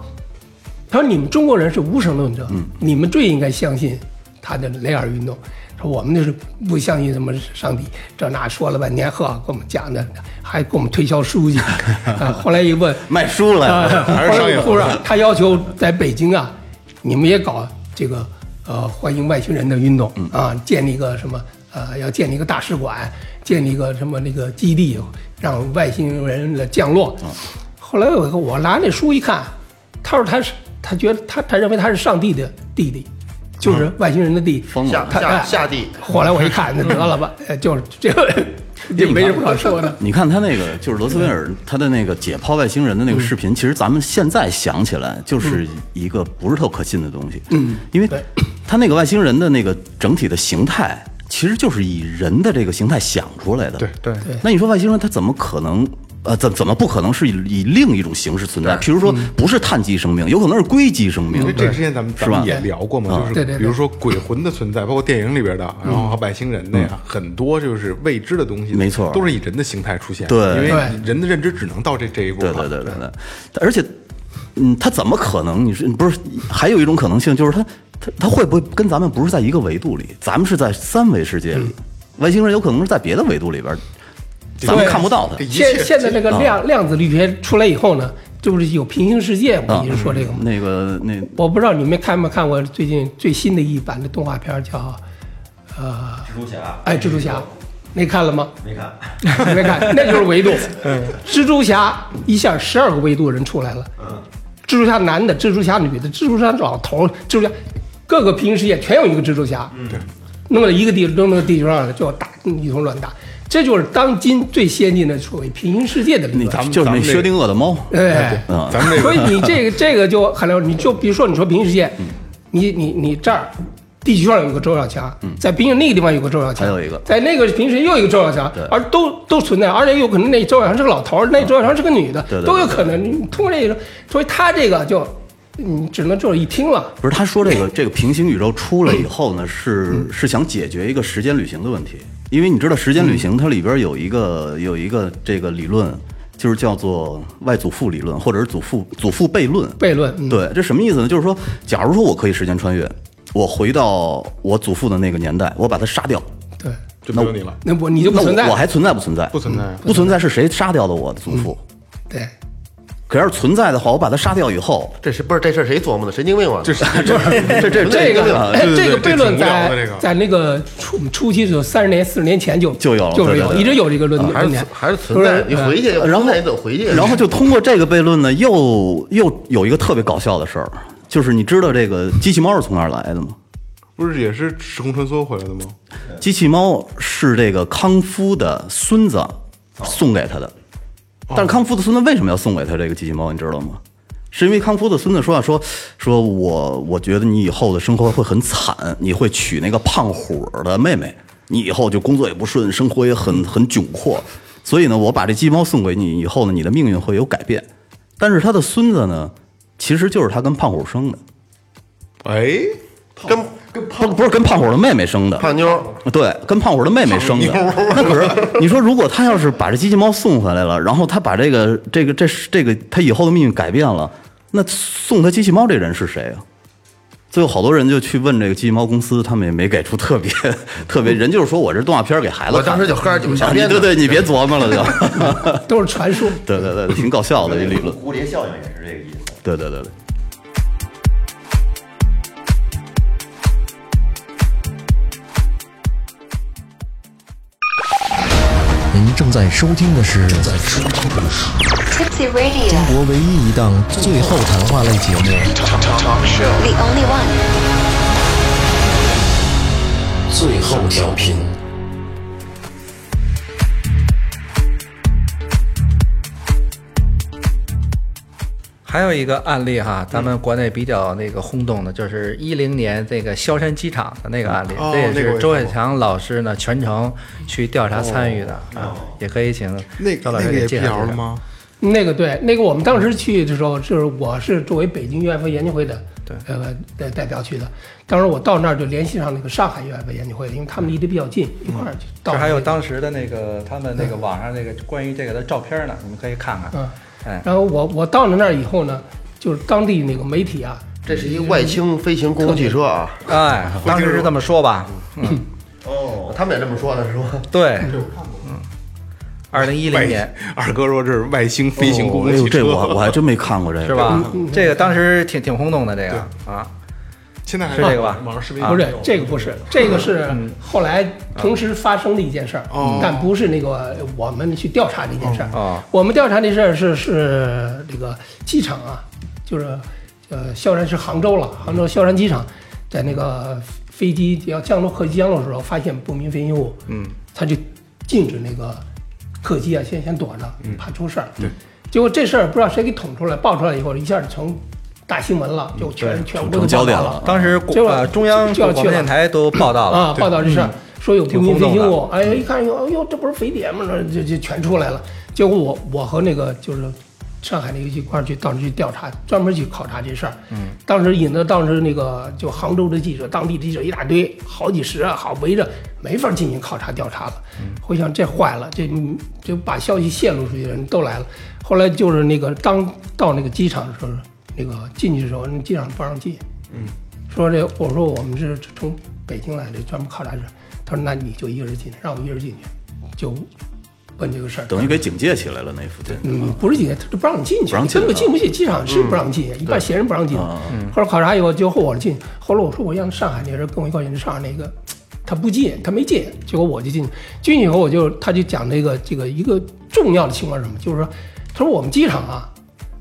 他说你们中国人是无神论者，你们最应该相信他的雷尔运动，说我们那是不相信什么上帝，这那说了半天，呵，跟我们讲的，还给我们推销书去，啊，后来一问，
卖书
啊
了，，
还是商业
后来不是他要求在北京啊，你们也搞这个呃欢迎外星人的运动啊，建立一个什么呃要建立一个大使馆，建立一个什么那个基地，让外星人来降落。后来我我拿那书一看，他说他是他觉得他他认为他是上帝的弟弟，就是外星人的弟弟。
疯了
下
他
下
哎
下地嗯
后来我一看，那得了吧，呃就是这个也没什么可说的。
你看他那个就是罗斯威尔他的那个解剖外星人
嗯
的那个视频，其实咱们现在想起来就是一个不是特可信的东西，嗯，因为他那个外星人的那个整体的形态，其实就是以人的这个形态想出来的，
对对
对
那你说外星人他怎么可能？呃，怎怎么不可能是以以另一种形式存在？比如说，不是碳基生命，有可能是硅基生
嗯
命
因为。这之前咱们咱
嗯吧
们
嗯
也聊过嘛，就
对对
是
对
比如说鬼魂的存在，包括电影里边的，然后外星人的呀，很多就是未知的东西，
嗯没错
都是以人的形态出现，
对
因为
对
人的认知只能到这这一步，
对对，对对对，而且，嗯，他怎么可能？你说不是？还有一种可能性就是他他他会不会跟咱们不是在一个维度里？咱们是在三维世界里，外星人有可能是在别的维度里边，咱们
嗯对
看不到他
这。一
现
切啊
现在那个量量子力学出来以后呢，就是有平行世界，
啊
我一直说这个嘛。
啊嗯那个那
我不知道你们看没看过最近最新的一版的动画片儿叫，呃，
蜘蛛侠
哎，蜘蛛侠，那看了吗？
没看， 嗯
没 看，那就是维度。蜘蛛侠一下十二个维度人出来了，
嗯
蜘蛛侠男的，蜘蛛侠女的，蜘蛛侠老头儿，蜘蛛侠各个平行世界全有一个蜘蛛侠，
嗯
对，弄到一个地扔到地球上了，就打嗯一通乱打。这就是当今最先进的所谓平行世界的理论。
那就是那薛定谔的 猫，
哎，
嗯
咱们这
所以
个
你 这个这个就很了，你就比如说你说平行世界，
嗯
你你你这儿。地球上有个周小强，在平行那个地方有个周小
嗯
强，
还有一个
在那个平行又有一个周小强，而都都存在，而且有可能那周小强是个老头儿，那周小强是个女的，
嗯对对
都有可能。你通过这个，所以他这个就你只能就是一听了，
不是他说这个这个平行宇宙出来以后呢，
嗯
是是想解决一个时间旅行的问题，因为你知道时间旅
嗯
行它里边有一个有一个这个理论，就是叫做外祖父理论，或者是祖父祖父悖论。
悖论。嗯、
对，这什么意思呢？就是说，假如说我可以时间穿越，我回到我祖父的那个年代，我把他杀掉，
对，
就没有你了，
那我你就不
那
存在，
我我还存在不存在？
不存在啊
不存在是谁杀掉的我的祖父？
嗯对，
可要是存在的话，我把他杀掉以后，
这是不是这事儿谁琢磨的？神经病吧？
这是这
这这
这个哎
对对
这个
对
悖论
挺无聊的
在
这个
在那个初初期就三十年四十年前就
就有了
就是
对
有
对对
一直有这个论点
啊还
论
是
点，
还是存在？
就是
你回去，
呃然后
不存在你怎么回去？
然后就通过这个悖论呢，又又有一个特别搞笑的事儿，就是你知道这个机器猫是从哪儿来的吗？
不是也是时空穿梭回来的吗？
机器猫是这个康夫的孙子送给他的，但是康夫的孙子为什么要送给他这个机器猫？你知道吗？是因为康夫的孙子说啊，说说我我觉得你以后的生活会很惨，你会娶那个胖虎儿的妹妹，你以后就工作也不顺，生活也很很窘迫，所以呢，我把这鸡猫送给你以后呢，你的命运会有改变。但是他的孙子呢，其实就是他跟胖虎生的，
哎，
跟
不不是跟胖虎的妹妹生的，
胖妞儿
对，跟胖虎的妹妹生的。那可 是你说，如果他要是把这机器猫送回来了，然后他把这个这个这这个他以后的命运改变了，那送他机器猫这人是谁啊？最后好多人就去问这个机器猫公司，他们也没给出特别 特别，人就是说我这动画片给孩子看的，
我当时就喝点酒瞎
啊
编
你
的
对对，你别琢磨了就，
都是传说。
对对对，挺搞笑的一理论，
蝴蝶效应也是这个意思。
对对对对。
您正在收听的是
Tipsy Radio,
中国唯一一档最后谈话类节目
the only one.
《最后调频》。
还有一个案例
嗯
哈，咱们国内比较那个轰动的，就是一零年这个萧山机场的那个案例，
哦
这也
那个我也看
是
过
周伟强老师呢全程去调查参与的啊，也可以请
那
赵
哦那
老师
个
给
也
介
辟
绍
谣
一
了
下？
吗？
那个对，那个我们当时去的时候，就是我是作为北京 UFO 研究会的
对
呃代代表去的。当时我到那儿就联系上那个上海 UFO 研究会的，因为他们离得比较近，一块儿去到那
这
个。
还有当时的那个他们那个网上那个关于这个的照片呢，你们可以看看。
嗯，
哎，
然后我我到了那儿以后呢，就是当地那个媒体啊，
这是一个外星飞行公共汽车啊，
哎，当时是这么说吧？
哦，他们也这么说的，是吧？
对，嗯，二零一零年
二哥说这是外星飞行公共
哎呦
汽车，
这我我还真没看过这个，
是？吧？
嗯
这个当时挺挺轰动的，这个啊，
现在还
是这个吧
网上视频
啊
不是
有
这个不是，这个是
嗯
后来同时发生的一件事儿，但不是那个我们去调查这件事儿。
哦
我们调查这事儿是是这个机场啊，就是呃萧山是杭州了，杭州萧山机场，在那个飞机要降落客机降落的时候，发现不明飞行物，嗯，他就禁止那个客机啊先先躲着，怕出事儿。对，结果这事儿不知道谁给捅出来，爆出来以后，一下就成大新闻了，就全全国都
成焦点
报道
了
当时
结果
呃中央
就要
广
去了
播电台都报道了嗯
啊，报道这事儿，说有不明飞
挺
行
轰
物
动，
哎，一看哟，哎呦，这不是飞碟吗？这这这全出来了。结果我我和那个就是上海那个一块儿去，当时去调查，专门去考察这事儿。嗯，当时引得当时那个就杭州的记者，当地的记者一大堆，好几十啊，好围着，没法进行考察调查了。
嗯
我想这坏了，这嗯就把消息泄露出去的人都来了。后来就是那个当到那个机场的时候，那个进去的时候，那机场不让进。说这，我说我们是从北京来的，专门考察这。他说那你就一个人进去，让我一个人进去，就问这个事儿。
等于给警戒起来了那附近。
嗯，不是进去，他就不让你进去，
不让进
根本
啊
进不去。机场是不让进，一半闲人不让进。后来考察以后，就后我进。后来我说我让上海那人跟我一块儿进，上海那个他不进，他没进。结果我就进去，进去以后我就他就讲这个这个一个重要的情况是什么，就是说，他说我们机场啊，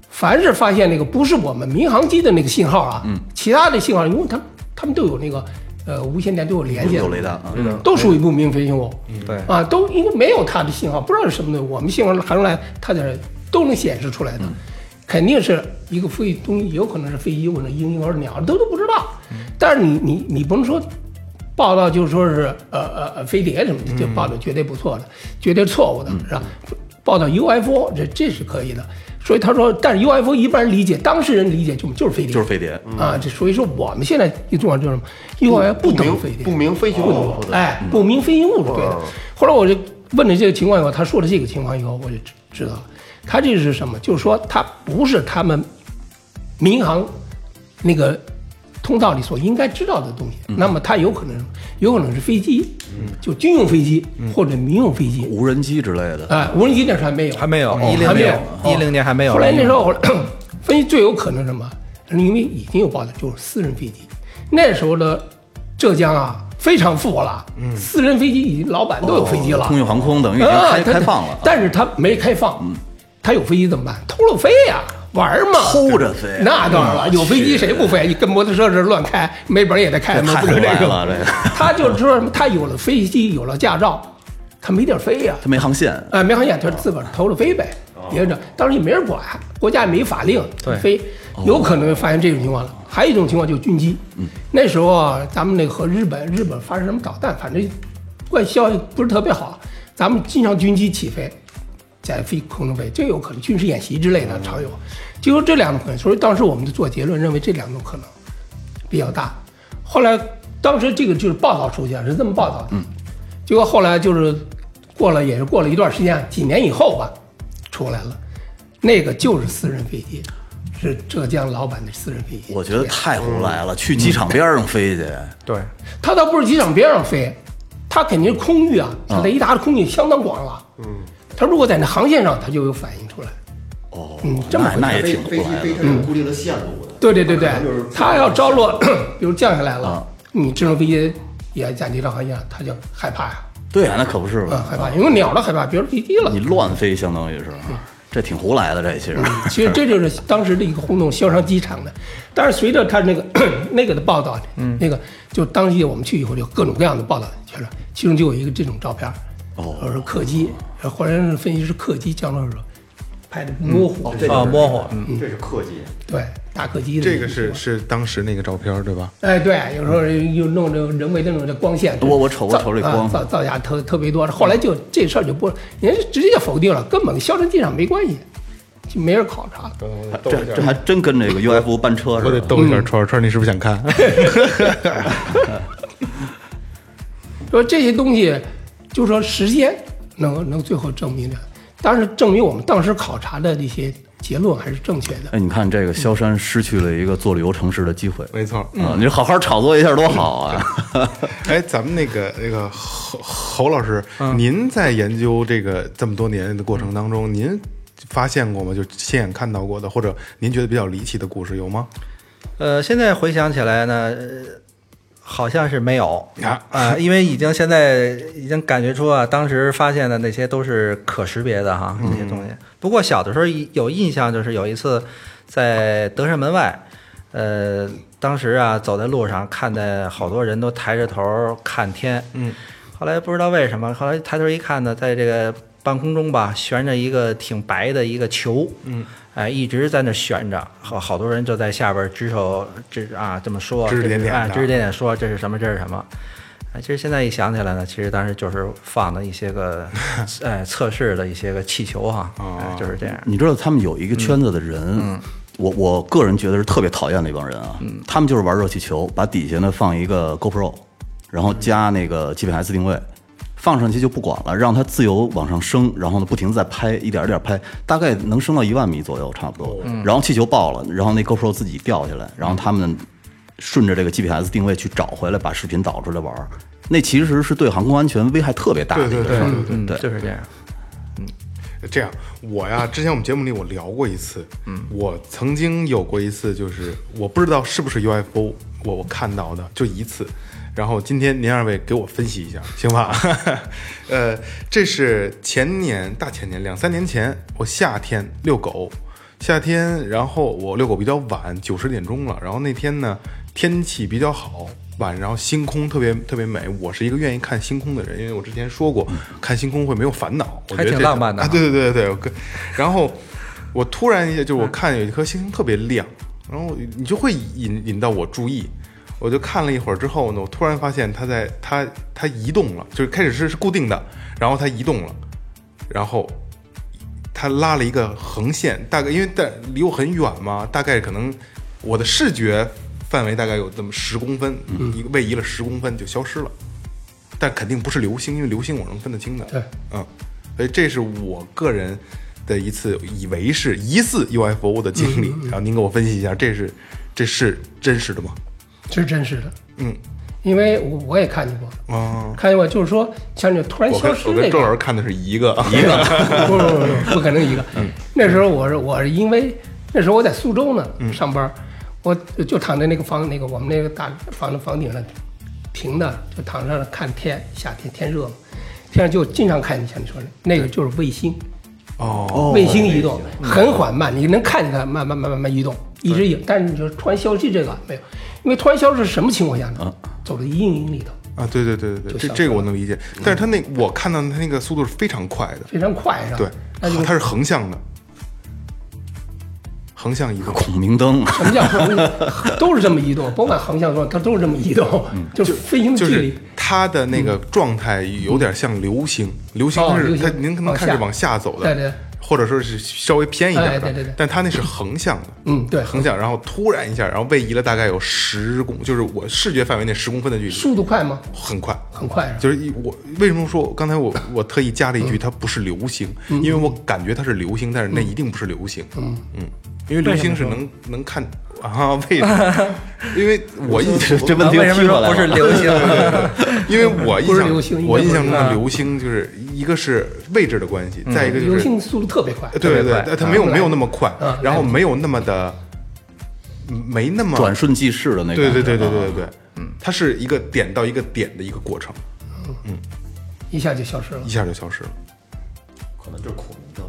凡是发现那个不是我们民航机的那个信号啊，
嗯
其他的信号，因为他他们都有那个呃无线电都有连接的，
有雷达啊，
都属于不明飞行物。
对
啊，都因为没有它的信号，不知道是什么东西。我们信号传出来，它在这都能显示出来的，肯定是一个飞东西，有可能是飞机或者鹰或者鸟，都都不知道。但是你你你不能说报道就说是呃呃呃飞碟什么的，这报道绝对不错的，绝对错误的是吧？报道 UFO 这这是可以的。所以他说，但是 UFO 一般人理解，当事人理解就就是飞碟，
就是飞碟。
啊，这所以说我们现在最重要就是什么？UFO 不等于
明
飞碟，
不明飞行物，嗯说的
哎，不明飞行物是对的。后来我就问了这个情况以后，他说了这个情况以后，我就知知道了，他这是什么？就是说他不是他们民航那个通道里所应该知道的东西，那么它有可能有可能是飞机，就军用飞机或者民用飞机，
无人机之类的，
哎，无人机那时候还没有，
还没有
哦
10
还没有
年，10年还没有
后来那时候我 分析最有可能是什么？因为已经有报道，就是私人飞机。那时候的浙江啊，非常富了，私人飞机已经老板都有飞机了，
嗯哦通用航空等于已经
啊
开
它
开放了，嗯
但是他没开放，他有飞机怎么办？偷了飞呀，玩儿嘛，
偷着飞嗯
那当然了，有飞机谁不飞？你跟摩托车似的乱开，没本儿也得开嘛，
哎太
不可
坏
这
了这个
他就是说什么，他有了飞机，有了驾照，他没地儿飞呀。
它没航线，
啊，民航险就是自个儿投了飞呗，也着，当时也没人管，国家也没法令
对
飞，有可能发现这种情况了。还有一种情况就是军机，那时候啊，咱们那个和日本日本发射什么导弹，反正怪消息不是特别好，咱们经常军机起飞，在飞空中飞，这有可能军事演习之类的常有，就有这两种可能，所以当时我们就做结论，认为这两种可能比较大。后来当时这个就是报道出去啊，是这么报道的。嗯，结果后来就是过了，也是过了一段时间，几年以后吧，出来了，那个就是私人飞机，是浙江老板的私人飞机。
我觉得太胡来了，
嗯
去机场边上飞去，
对，
他倒不是机场边上飞，他肯定是空域啊，
嗯
他雷达的空域相当广了。嗯，他如果在那航线上，他就有反应出来。
哦，
嗯，这么
那那也
飞
挺胡
飞机
来
飞
的。
它有固定的线路的，
对对对对
可能就是，
他要着落， 比如降下来了，
嗯
你这种飞机也在这条航线上，他就害怕呀，
对啊，那可不是
嗯，
嘛，
害怕，因为鸟都害怕，别说飞机了
你。乱飞相当于是，
嗯
这挺胡来的，这其实。
其实这就是当时的一个轰动萧山机场的，但是随着他那个那个的报道，
嗯
那个就当时我们去以后，就各种各样的报道，就是其中就有一个这种照片，
哦
我说客机，呃或者是分析是客机降落时候拍的模糊，
哦
这
啊，
就是
模糊，嗯，
这是客机，
对，大客机的
这个
嗯
是是当时那个照片对吧？
哎，对，有时候又弄这种人为的那种光线，
我我瞅我
造
瞅这光
啊造造假特特别多。后来就这事儿就不，人家直接就否定了，根本跟消沉机场没关系，就没人考察了。
这这还真跟这个 UFO 班车
我
似
得
的。
逗一下川儿川儿，你是不是想 看？
说这些东西，就说时间能能最后证明的，当然证明我们当时考察的这些结论还是正确的。
哎，你看这个萧山失去了一个做旅游城市的机会
没错。
嗯
啊！你好好炒作一下多好啊！
哎，咱们那个那个侯侯老师，您在研究这个这么多年的过程当中，您发现过吗？就亲眼看到过的，或者您觉得比较离奇的故事有吗？
呃，现在回想起来呢，呃好像是没有
啊
啊、因为已经现在已经感觉出啊，当时发现的那些都是可识别的哈，
嗯
这些东西。不过小的时候一有印象，就是有一次在德胜门外，呃，当时啊走在路上，看见好多人都抬着头看天，嗯，后来不知道为什么，后来抬头一看呢，在这个半空中吧，悬着一个挺白的一个球，嗯，哎，一直在那悬着，好好多人就在下边指手指啊这么说，
指指点点的
哎指指点点说这是什么，这是什么。哎，其实现在一想起来呢，其实当时就是放的一 些个，哎，测试的一些个气球哈，
哦
哎，就是这样。
你知道他们有一个圈子的
嗯
人，我我个人觉得是特别讨厌的一帮人啊。他们就是玩热气球，把底下呢放一个 GoPro，然后加那个 GPS 定位，放上去就不管了，让它自由往上升，然后呢不停地再拍，一点一点拍，大概能升到一万米左右差不多。
嗯
然后气球爆了，然后那 GoPro 自己掉下来，然后他们顺着这个 GPS 定位去找回来，把视频导出来玩儿。那其实是对航空安全危害特别大的一个事儿。
嗯，就是这样。
这样，我呀，之前我们节目里我聊过一次，嗯，我曾经有过一次，就是我不知道是不是 UFO，我我看到的就一次。然后今天您二位给我分析一下，行吧？ 呃，这是前年大前年两三年前，我夏天遛狗，夏天，然后我遛狗比较晚，九十点钟了。然后那天呢，天气比较好，晚，然后星空特别特别美。我是一个愿意看星空的人，因为我之前说过，看星空会没有烦恼，我觉得
嗯还挺
这
浪漫的
啊。
啊
对对对对对我跟，然后我突然一下，就是我看有一颗星星特别亮，然后你就会引引到我注意。我就看了一会儿之后呢，我突然发现它在它它移动了，就是开始是是固定的，然后它移动了，然后它拉了一个横线，大概因为在离我很远嘛，大概可能我的视觉范围大概有这么十公分，一个位移了十公分就消失了，但肯定不是流星，因为流星我能分得清的。
对，
嗯，所以这是我个人的一次以为是疑似 UFO 的经
嗯
历，然后您给我分析一下，这是这是真实的吗？
这是真实的，
嗯，
因为我我也看见过，
哦，
看见过就是说像这突然
我跟
消失
我
那
跟周老
种
师，看的是一个，啊 嗯
不不不 不，不可能一个。那时候我是我是因为那时候我在苏州呢
嗯
上班，我就躺在那个房那个我们那个大房的房顶上停的，就躺着看天，夏天天热嘛，天上就经常看见像你说的那个就是卫星，
哦，
卫星移动很缓慢，你能看见它慢慢慢慢慢
嗯
移动，一直有。但是你说突然消失这个没有，因为突然消失是什么情况下
嗯
呢？走到阴影里头，
啊，对对对对对，
就
这
像
这个我能理解，但是他那我看到他那个速度是非常快的，
非常快是吧？
对，
那就
它是横向的，横向移 动。
孔明灯，
什么叫横？都是这么移动，甭管横向说，它都是这么移动，就是飞行
就
距离。嗯
是它的那个状态有点像流星，流星
哦
它是
流星
它您可能
往
看是
下
往下走的，
对对
或者说是稍微偏一点的，
哎对对对
但它那是横向的，
嗯对
横向，然后突然一下，然后位移了大概有十公，就是我视觉范围内十公分的距离，
速度快吗？
很快，
很快啊是吧
就是一我为什么说刚才我我特意加了一
嗯
句它不是流星，因为我感觉它是流星，但是那一定不是流星。嗯嗯，因为流星是能能看啊，为什 么？因为我印象
这问题
为什么
踢过来
说
了
不是流星？
因为我印
不是
象
流星
我
应该
印象中
不是啊
的流星就是一个是位置的关系，再一个就
流
是呃
星速度特别快，
对对
特别
对，
快
它没有
嗯
没有那么快
嗯，
然后没有那么的没那么
转瞬即逝的那个
对
感觉
对
啊。
对对对对，嗯，它是一个点到一个点的一个过程，
一下就消 失了
一。下就消失了。
可能就是恐龙灯。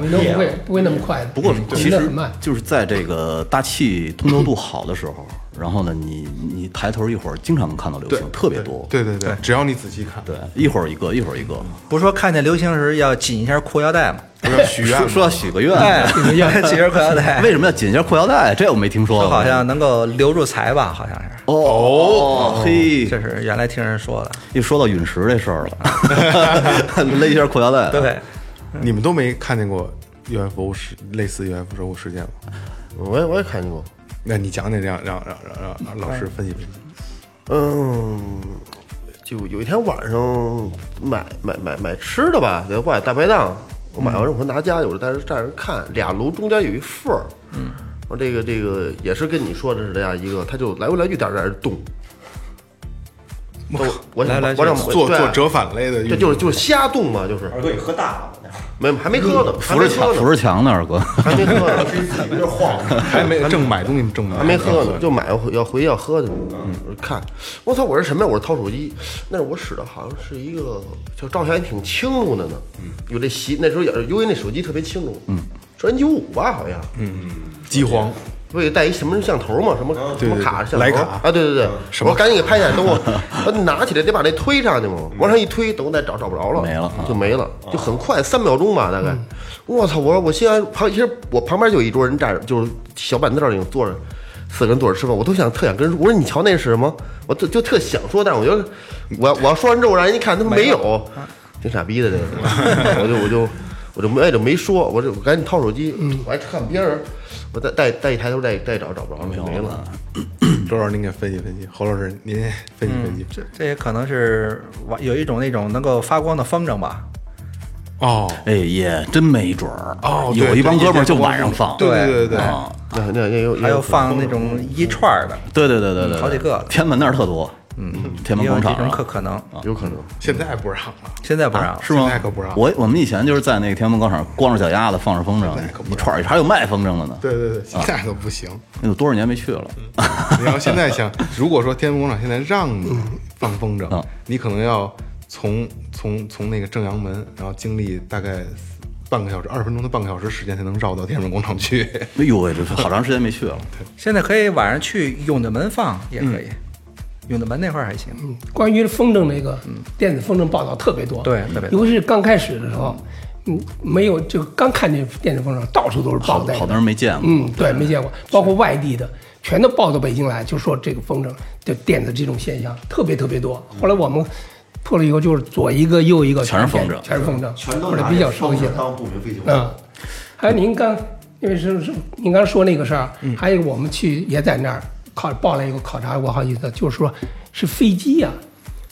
没那不会不会那么快的，
不过
嗯
其
得
实
很慢。
就是在这个大气通透度好的时候，然后呢，你你抬头一会儿，经常能看到流
对
星，，特别多。
对对对，只要你仔细看，
对，一会儿一个，一会儿一个。
不是说看见流星时要紧一下裤腰带吗？
不要许愿
说
嘛，
说要许个愿，
哎， 紧一下裤腰带，
为什么要紧一下裤腰带？这我没听说
说
过。哎
好像能够留住财吧，好像是，
哦，嘿，
这是原来听人说的。
一说到陨石这事儿了， 勒一下裤腰带。
对，
你们都没看见过 UFO 事类似 UFO 事件吗？
我也我也看见过，
那你讲讲，让让让让让老师分析分析。
嗯，就有一天晚上买买买买吃的吧，在外大排档，我买完之后我拿家里，我就在这站着看，俩炉中间有一缝儿，嗯，我这个这个也是跟你说的是这样一个，它就来回来去在这儿动。我我
来
想
来去
我想
做
对啊
做折返类的运动，
这就是就是瞎动嘛，就是
二哥，你喝大了吧？
没还没喝呢，还
扶
没
着墙，
喝
扶
呢，
着墙呢，二哥。
还没喝 呢，
自己有点晃。
还没正买东西，正买
还没喝呢，就买要回要回要喝去。嗯，看，我操，我是什么呀？我是掏手机，那我使的好像是一个，就照相还挺清楚的呢。有这习，那时候也是，因为那手机特别清楚，嗯，是 N 九五吧，好像，嗯，
饥荒，
不也带一什么相头嘛，什么什
对
么
对
卡
对
相
徕
头
卡
啊，对对对，
什
我
么
说赶紧给拍下来，等我我拿起来得把那推上去嘛，往上一推，等我再找找不着了，
没了啊
就没了，就很快，三秒钟吧，大概。我操！我说我现在旁，其实我旁边就有一桌人站着，就是小板凳儿那种坐着，四个人坐着吃饭，我都想特想跟人说，我说你瞧那是什么？我就就特想说，但是我觉得我要我要说完之后，我让人一看他们没有，挺傻逼的 这个，我就我就我就没哎就没说，我就我赶紧掏手机，我还看别人，我再再再一抬头再再找找不着了，就没了。
周老师您给分析分析，侯老师您分析分析。
这这也可能是网有一种那种能够发光的风筝吧。
哦
哎，也真没准儿
哦对
有一帮
对
哥们儿就晚上放，
对对对对
啊，
那那也有
还有放那种一串儿的，
对对对对对，
好几个
天安门那儿特多，嗯，天安
也
门
有
广
这
场啊
种
上
可可能。
有可能
现在不让了，
啊现在不让了，
是吗
现在可不让？
我我们以前就是在那个天安门广场光着脚丫子放着风筝
现在可，不让
一串儿还有卖风筝的呢，
对对对，现在都不行。
那有多少年没去了？
你要现在想，如果说天安门广场现在让你放风筝
嗯，
你可能要从从从那个正阳门，然后经历大概半个小时、二十分钟到半个小时时间才能绕到天安门广场去。
哎呦喂，这好长时间没去了，
现在可以晚上去永定门放也可以，永定门那块儿还行。
关于风筝那个电子风筝报道特别多，
对特别多
尤其是刚开始的时候，嗯，没有就刚看见电子风筝，到处都是
好
报道，
好多人没见过，
嗯，对，没见过，包括外地的，全都报到北京来，就说这个风筝就电子这种现象特别特别多。后来我们破了以后，就是左一个右一个，
全是风筝
全是风筝，
全都
或者
拿
比较
这
熟
风
悉
筝
的。
当不明飞行 物。
嗯，还有您刚，因为是是您刚说那个事儿，啊还有我们去也在那儿考报了一个考察过好几次，就是说是飞机呀、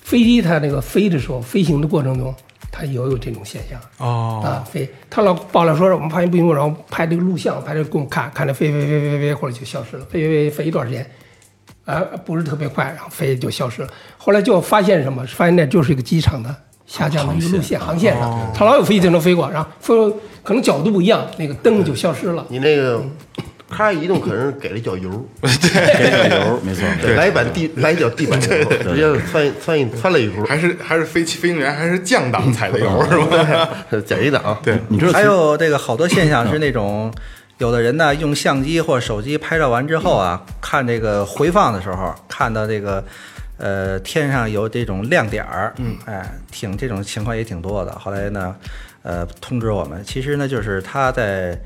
飞机它那个飞的时候，飞行的过程中，它也有这种现象。
哦
啊，飞，他老报了说我们发现不行，然后拍这个录像，拍这个给我们看，看着飞飞飞飞飞，或者就消失了，飞飞飞飞一段时间，啊、不是特别快，然后飞就消失了。后来就发现什么？发现那就是一个机场的下降的一个路线啊哦航线上，它老有飞机能飞过，然后飞过可能角度不一样，那个灯就消失了。
你那个咔一动，可能是给了一脚油，
给点油，没错，哎
对，来一板地，来一脚地板油，直接窜窜一窜了一轱
还是还是飞机飞行员还是降档踩的油是吧？
辘，减一档，啊对，
你知道
还
其实嗯
有这个好多现象是那种，有的人呢用相机或手机拍照完之后啊，看这个回放的时候，看到这个呃天上有这种亮点儿，嗯，哎，挺这种情况也挺多的。后来呢，呃，通知我们，其实呢就是他在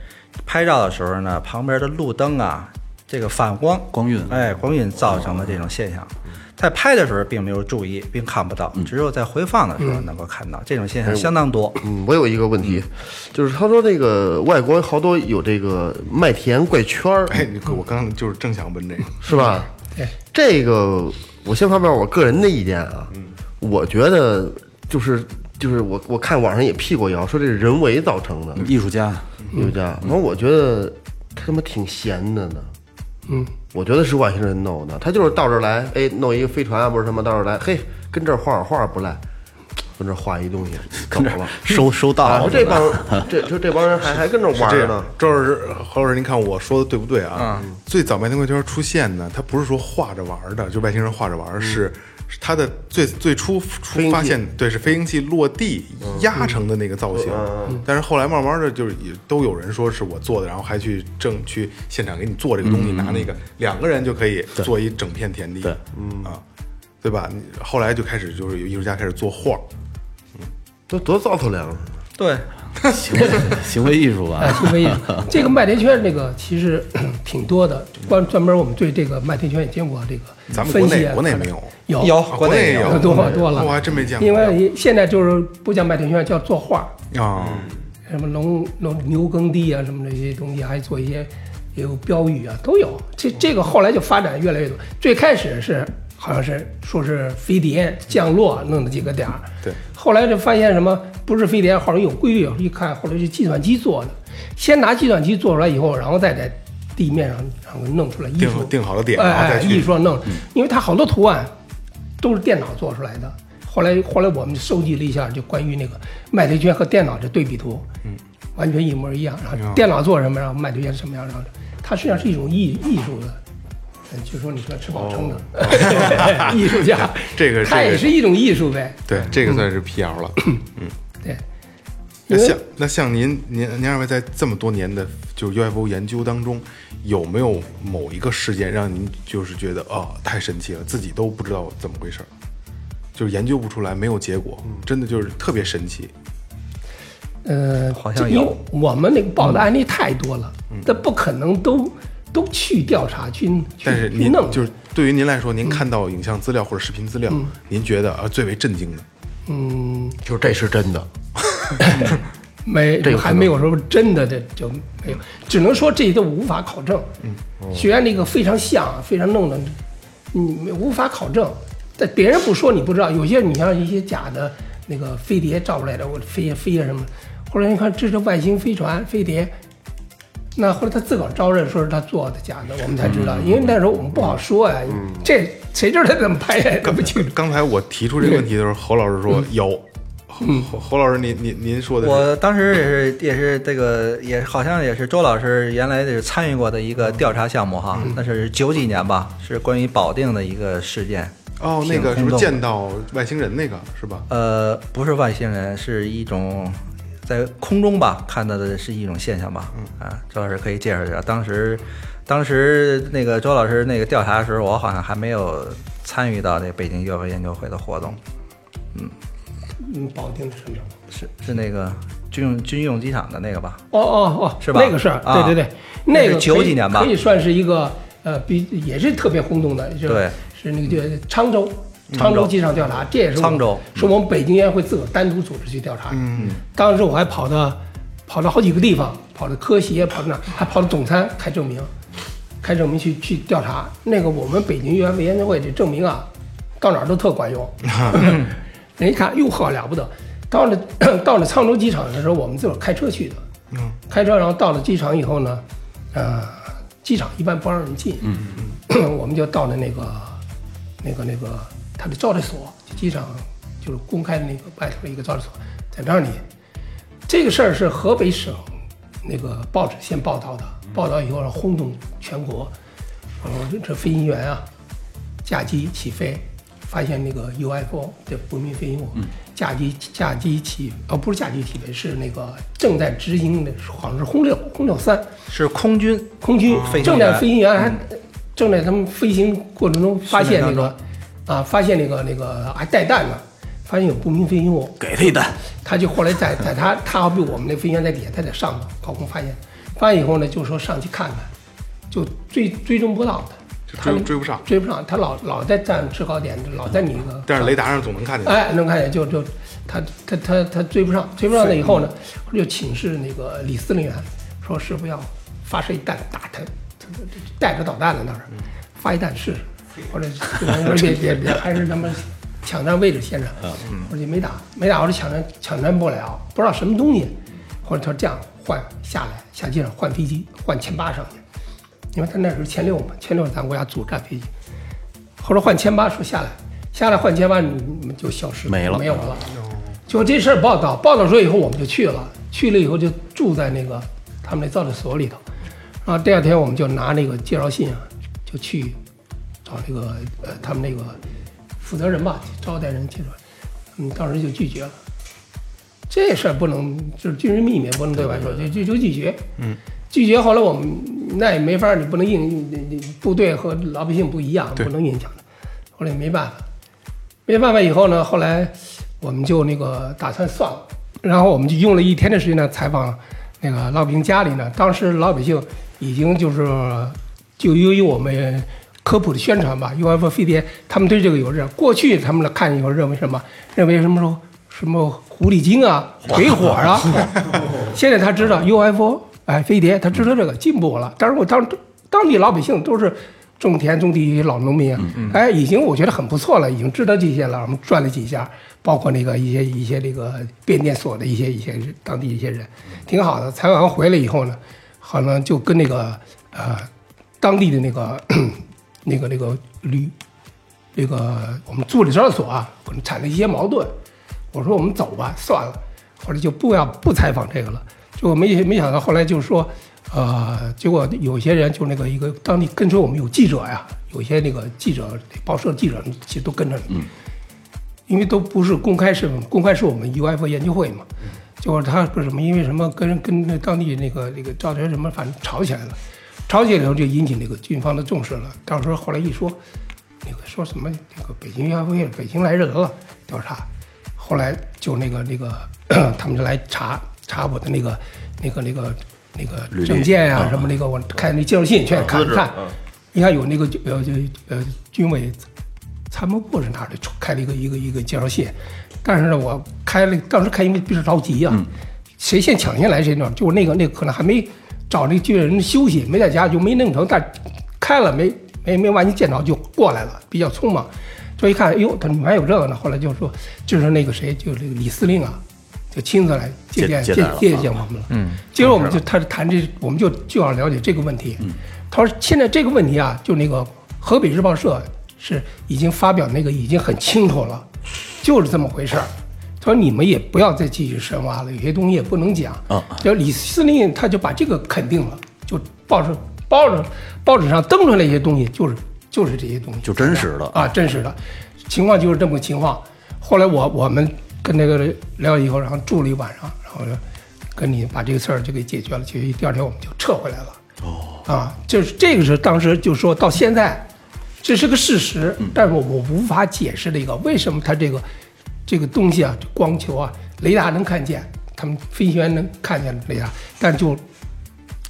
拍照的时候呢，旁边的路灯啊这个反光
光晕
哎，光晕造成的这种现象。在拍的时候并没有注意，并看不到，
嗯
只有在回放的时候能够看到，这种现象
哎
相当多。
嗯，我有一个问题，就是他说那个外国好多有这个麦田怪圈儿，
哎，你我刚就是正想问这个，
是吧？
对，
这个我先发表我个人的意见啊，我觉得就是就是我我看网上也辟过谣，说这是人为造成的，
艺术家
艺术家，然后我觉得他他妈挺闲的呢。嗯，我觉得是外星人弄的，他就是到这儿来，哎，弄一个飞船啊，不是什么，到这儿来，嘿，跟这儿画会儿画不赖，跟这儿画一东西，怎么了？
收收
啊
到，
这帮这就这帮人还还跟着玩
这
儿
样
呢，，
周老师、侯老师，您看我说的对不对啊？最早麦田怪圈出现呢，它不是说画着玩儿的，就外星人画着玩儿，是是它的最最初出
行器
发现，对，是飞行器落地压成的那个造型。但是后来慢慢的，就是也都有人说是我做的，然后还去正去现场给你做这个东西，拿那个两个人就可以做一整片田地，嗯啊，对吧？你后来就开始就是有艺术家开始做画儿，
都多造头粮，
对，
行为行为艺术
哎，
吧，
行为艺术，这个麦田圈这个其实 挺多的，专专门我们对这个麦田圈也见过这个
咱们
分
国
析
内
啊。
国内
看
没有，
有
有
啊
国内
内
也有
有
多了多了，
我还真没见过
因为现在就是不叫麦田圈，叫作画，
啊。
什么农农牛耕地啊，什么这些东西，还做一些也有标语啊，都有。这这个后来就发展越来越多。最开始是好像是说是飞碟降落弄的几个点儿，
对。
后来就发现什么不是飞碟，后来有规律，一看后来是计算机做的，先拿计算机做出来以后，然后再在地面上然后弄出来艺
定
术，
定好了点，然后
哎
再
哎，
去嗯
艺术弄，因为它好多图案都是电脑做出来的。后来后来我们收集了一下，就关于那个麦田圈和电脑的对比图，嗯，完全一模一样。
嗯
然后电脑做什么，然后麦田圈是什么样，然后它实际上是一种艺艺术的。嗯就说你说吃饱撑 的艺术家，
哦 这个
它
这
也
个
是一种艺术呗，
对，这个算是辟谣了。嗯
对。
那
因为
像那像您您您二位在这么多年的就是 UFO 研究当中，有没有某一个事件让您就是觉得啊、太神奇了，自己都不知道怎么回事儿，就是研究不出来，没有结果，真的嗯就是特别神奇。
呃，
好像
这因为
有
我们那个报的案例太多了，
嗯
那、不可能都都去调查去去
但是嗯
去
您
弄，
就是对于您来说，您看到影像资料或者视频资料，您觉得啊最为震惊的，
嗯，
就是这是真的，
没
这个可能
还没有说真的这就没有，只能说这都无法考证。嗯，
哦
学院那个非常像，啊非常弄的，你无法考证。但别人不说你不知道，有些你像一些假的那个飞碟照出来的，我飞呀飞呀什么，后来一看这是外星飞船飞碟，那后来他自个儿招认说是他做的假的，我们才知道，
嗯
因为那时候我们不好说呀，这谁知道他怎么拍 呀，搞不清楚。
刚才我提出这个问题的时候，侯老师说有，侯侯侯老师您您您说的是
我当时也是也是这个也好像也是周老师原来是参与过的一个调查项目哈，那是九几年吧，是关于保定的一个事件。
哦，那
挺
个是不
轰
是
动
见
的
到外星人那个是吧？
呃，不是外星人，是一种在空中吧看到的是一种现象吧。啊，周老师可以介绍一下，当时当时那个周老师那个调查的时候，我好像还没有参与到那北京 UFO 研究会的活动，
嗯，保定是什么？
是是那个军用军用机场的那个吧？
哦哦哦，
是吧
那个事儿，
啊
对对对，
那是
个可以
九几年吧
可以算是一个呃，比也是特别轰动的，就是
对
是那个叫沧州。沧州机场调查，这也是我
沧州
是我们北京烟会自个儿单独组织去调查。嗯，当时我还跑到跑到好几个地方，跑到科协，跑到哪儿，还跑到总参开证明，开证明去去调查。那个我们北京烟会研究会这证明啊，到哪儿都特管 用。人一看，哟呵，了不得！到了到了沧州机场的时候，我们自个儿开车去的。嗯，开车，然后到了机场以后呢，呃，机场一般不让人进。嗯嗯 我们就到了那个那个那个他的招待所，机场就是公开的那个外头的一个招待所，在那里。这个事儿是河北省那个报纸先报道的，报道以后轰动全国。然后这这飞行员啊，驾机起飞，发现那个 UFO 这不明飞行物，驾机驾机起哦不是驾机起飞，是那个正在执行的，好像是轰六轰六三
是空军
空军
飞
啊
行员
正在飞行员还正在他们飞行过程中发现那
训练
个啊发现那个那个还带弹呢，发现有不明飞行物，
给他一弹，
他就后来在在他他好比我们那飞行员在底下，他在上头高空发现，发现以后呢，就说上去看看，就追追踪不到它。
就
它
追追不上，
追不上，它老老在站制高点，老在你那个，
但是雷达上总能看见。
哎，能看见就就他他他他追不上，追不上了以后呢，
嗯
就请示那个李司令员，说师傅要发射一弹打他，他他带着导弹呢那是，
嗯
发一弹试试，或者我说别别别，还是他妈抢占位置先着，
嗯
我说没打没打，我说抢占抢占不了，不知道什么东西，或者他这样换下来下机场换飞机换前八上去。因为他那时候歼六嘛，歼六咱国家主战飞机，后来换歼八说下来，下来换歼八你们就消失
没了嗯
没有了。就这事儿报道，报道说以后我们就去了，去了以后就住在那个他们那造纸所里头，然后第二天我们就拿那个介绍信啊，就去找那个呃他们那个负责人吧，招待人去说，嗯，当时就拒绝了。这事儿不能就是军事秘密，不能对外说，就就就拒绝。嗯，拒绝。后来我们那也没法儿，你不能硬，你你你部队和老百姓不一样，不能硬抢的。后来也没办法，没办法以后呢，后来我们就那个打算算了，然后我们就用了一天的时间呢采访那个老百姓家里呢，当时老百姓已经就是就由于我们科普的宣传吧，UFO 飞碟，他们对这个有认，过去他们来看以后认为什么？认为什么时候什么狐狸精啊、鬼火啊，现在他知道 UFO 哎飞碟，他知道这个进步了，但是我当当地老百姓都是。种田种地老农民啊，哎，已经我觉得很不错了，已经知道这些了。我们转了几下，包括那个一些一些这个变电所的一些一些人当地一些人，挺好的。采访完回来以后呢，好像就跟那个呃当地的那个 那个那个旅那个我们助理招待所啊，可能产生一些矛盾。我说我们走吧，算了，后来就不要不采访这个了。结果没没想到后来就是说，呃，结果有些人就那个一个当地跟随我们有记者呀，有些那个记者报社记者其实都跟着，嗯，因为都不是公开身份，公开是我们 UFO 研究会嘛。结果他说什么？因为什么跟跟那当地那个那个赵德什么，反正吵起来了，吵起来以后就引起那个军方的重视了。到时候后来一说，那个说什么那个北京亚运会，北京来人了调查，后来就那个 那个他们就来查查我的那个那个那个那个证件啊什么那个，我看那介绍信全看看，你看有那个呃就呃军委参谋部是哪儿的开了一个一个一个介绍信，但是呢我开了当时开因为比较着急啊，谁先抢先来谁弄，就那个那个可能还没找那个军人休息，没在家就没弄成，但开了没没没完全见着就过来了，比较匆忙。这一看，哎呦，他们还有这个呢。后来就说，就是那个谁，就是那个李司令啊，就亲自来接见
接
接
接待了
接见我们了。嗯，接着我们就他谈这，我们就就要了解这个问题。嗯，他说现在这个问题啊，就那个河北日报社是已经发表那个已经很清楚了，就是这么回事儿。他说你们也不要再继续深挖了，有些东西也不能讲。
啊
就李司令他就把这个肯定了，就报纸报纸报纸上登出来一些东西，就是就是这些东西，
就真实的
啊，真实的情况就是这么个情况。后来我我们跟那个聊以后，然后住了一晚上，然后跟你把这个事儿就给解决了。解决第二天我们就撤回来了。哦，啊，就是这个是当时就说到现在，这是个事实，
嗯
但是我我无法解释这个为什么它这个这个东西啊，这光球啊，雷达能看见，他们飞行员能看见雷达，但就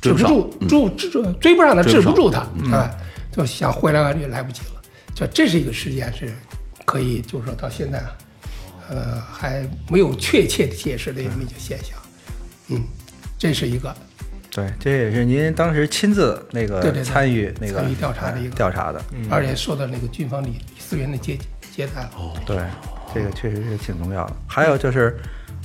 止不住，
嗯
住追追不上他，治不住他啊，就想回来就来不及了。这这是一个事件，是可以就是说到现在啊，呃，还没有确切的解释的这么一个现象。嗯，这是一个
对，这也是您当时亲自那
对
个
对对
参与那个
参与调查的一个嗯
哎调查的，
而且受到那个军方李李思源的接接待了。
哦
对，这个确实是挺重要的。还有就是，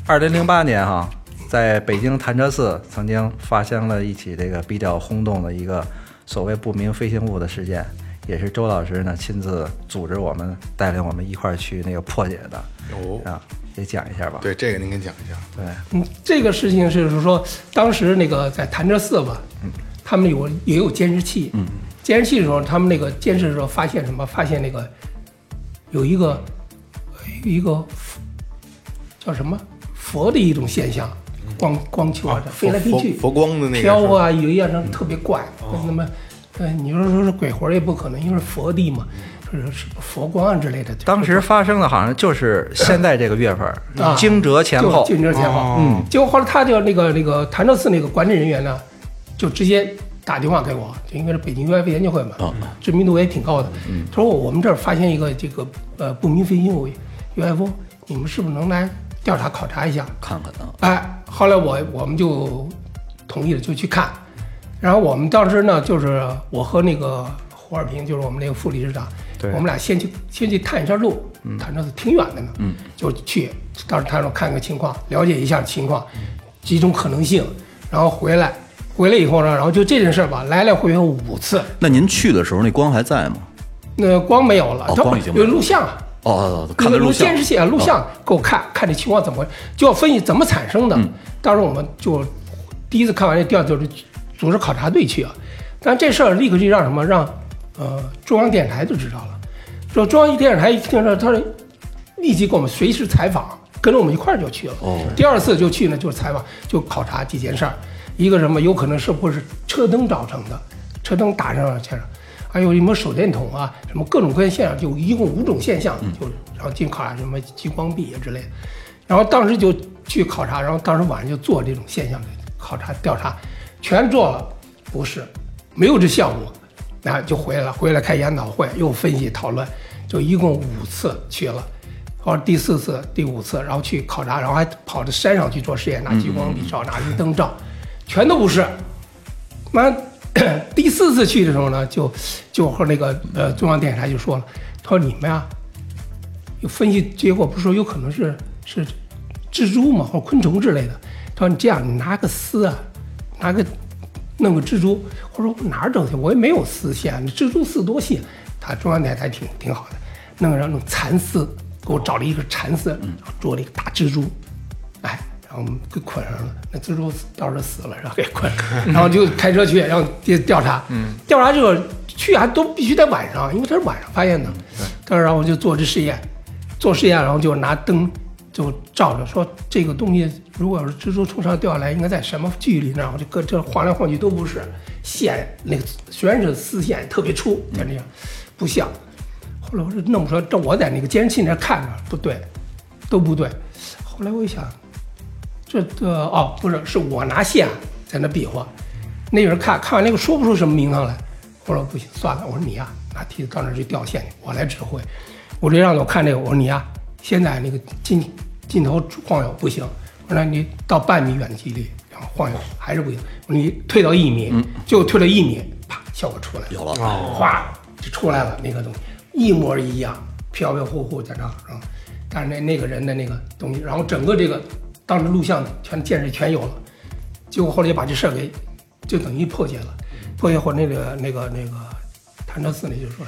二零零八年哈，在北京潭柘寺曾经发生了一起这个比较轰动的一个所谓不明飞行物的事件，也是周老师呢亲自组织我们带领我们一块儿去那个破解的。
哦
啊，也讲一下吧。
对，这个您给讲一下。
对，
嗯，这个事情是说，当时那个在潭柘寺吧，
嗯
他们有也有监视器，监视器的时候，他们那个监视的时候发现什么？发现那个有一个有一个叫什么佛的一种现象，光光球啊，这飞来飞去，
嗯佛佛光的那个
飘
是吧哦
啊，有一样那特别怪，那么。呃，你说说是鬼魂也不可能，因为是佛地嘛，说
嗯
是是佛光啊之类的。
当时发生的好像就是现在这个月份儿，
啊，
惊蛰前后
就惊蛰前后，嗯，结果后来他就那个那个潭柘寺那个管理人员呢，就直接打电话给我，就应该是北京 UFO 研究会嘛，
哦
知名度也挺高的。
嗯
他说我们这儿发现一个这个呃不明飞行物 UFO，你们是不是能来调查考察一下？
看看啊，
哎，后来我我们就同意了，就去看。然后我们当时呢，就是我和那个胡二平，就是我们那个副理事长，我们俩先去先去探一下路，
嗯
探着挺远的呢，嗯，就去到时探路看个情况，了解一下情况，几种可能性，然后回来。回来以后呢，然后就这件事儿吧，来来回回五次，
那您去的时候那光还在吗？
那光没有了，
哦
它
光已经没
有
有
录像啊，
哦哦，哦看
那
的
个
录像，
监视器啊，录像给我看看这情况怎么回，就要分析怎么产生
嗯
的。当时我们就第一次看完这调，就是组织考察队去啊。但这事儿立刻就让什么让呃中央电视台就知道了，说中央电视台一听说，他立即给我们随时采访，跟着我们一块儿就去了。
哦
第二次就去呢，就是采访，就考察几件事儿，一个什么有可能是不是车灯造成的，车灯打上了去了，还有什么手电筒啊，什么各种各样现象，就一共五种现象，就然后进考察什么激光臂啊之类的，然后当时就去考察，然后当时晚上就做这种现象的考察调查，全做了，不是，没有这项目，那就回来了，回来开研讨会，又分析讨论，就一共五次去了。后哦来第四次、第五次，然后去考察，然后还跑到山上去做实验，拿激光笔照，拿一灯照，全都不是。那 第四次去的时候呢，就就和那个呃中央电视台就说了，他说你们呀、有分析结果不是说有可能是是蜘蛛嘛或者昆虫之类的，他说你这样，你拿个丝啊，拿个弄个蜘蛛，我说我哪儿整去？我也没有丝线，蜘蛛丝多细。啊他中央电台挺挺好的，弄上弄蚕丝，给我找了一个蚕丝，然后做了一个大蜘蛛，哎，然后我们给捆上了。那蜘蛛到时候死了，然后给捆上，然后就开车去，然后调调查，调查这个去还都必须在晚上，因为它是晚上发现的。但是然后我就做这实验，做实验，然后就拿灯就照着说这个东西，如果要是蜘蛛从上掉下来，应该在什么距离呢？我就搁这晃来晃去都不是，线那个虽然是丝线特别粗，像这样，不像。后来我说弄不出来，这我在那个监视器那儿看着不对，都不对。后来我一想，这这哦不是，是我拿线在那比划，那有人看看完那个说不出什么名堂来。我说不行，算了，我说你呀、拿梯子到那儿去掉线去，我来指挥。我这让我看这个，我说你呀、先在那个镜镜头晃悠不行，我说那你到半米远的距离，然后晃悠还是不行，我说你退到一米， 就退到一米，啪，效果出来了，有了，哗就出来了那个东西，一模一样，飘飘忽忽在那儿啊。但是那那个人的那个东西，然后整个这个当时录像全见识全有了，结果后来也把这事儿给就等于破解了。破解后，那个那个那个潭柘寺那就说，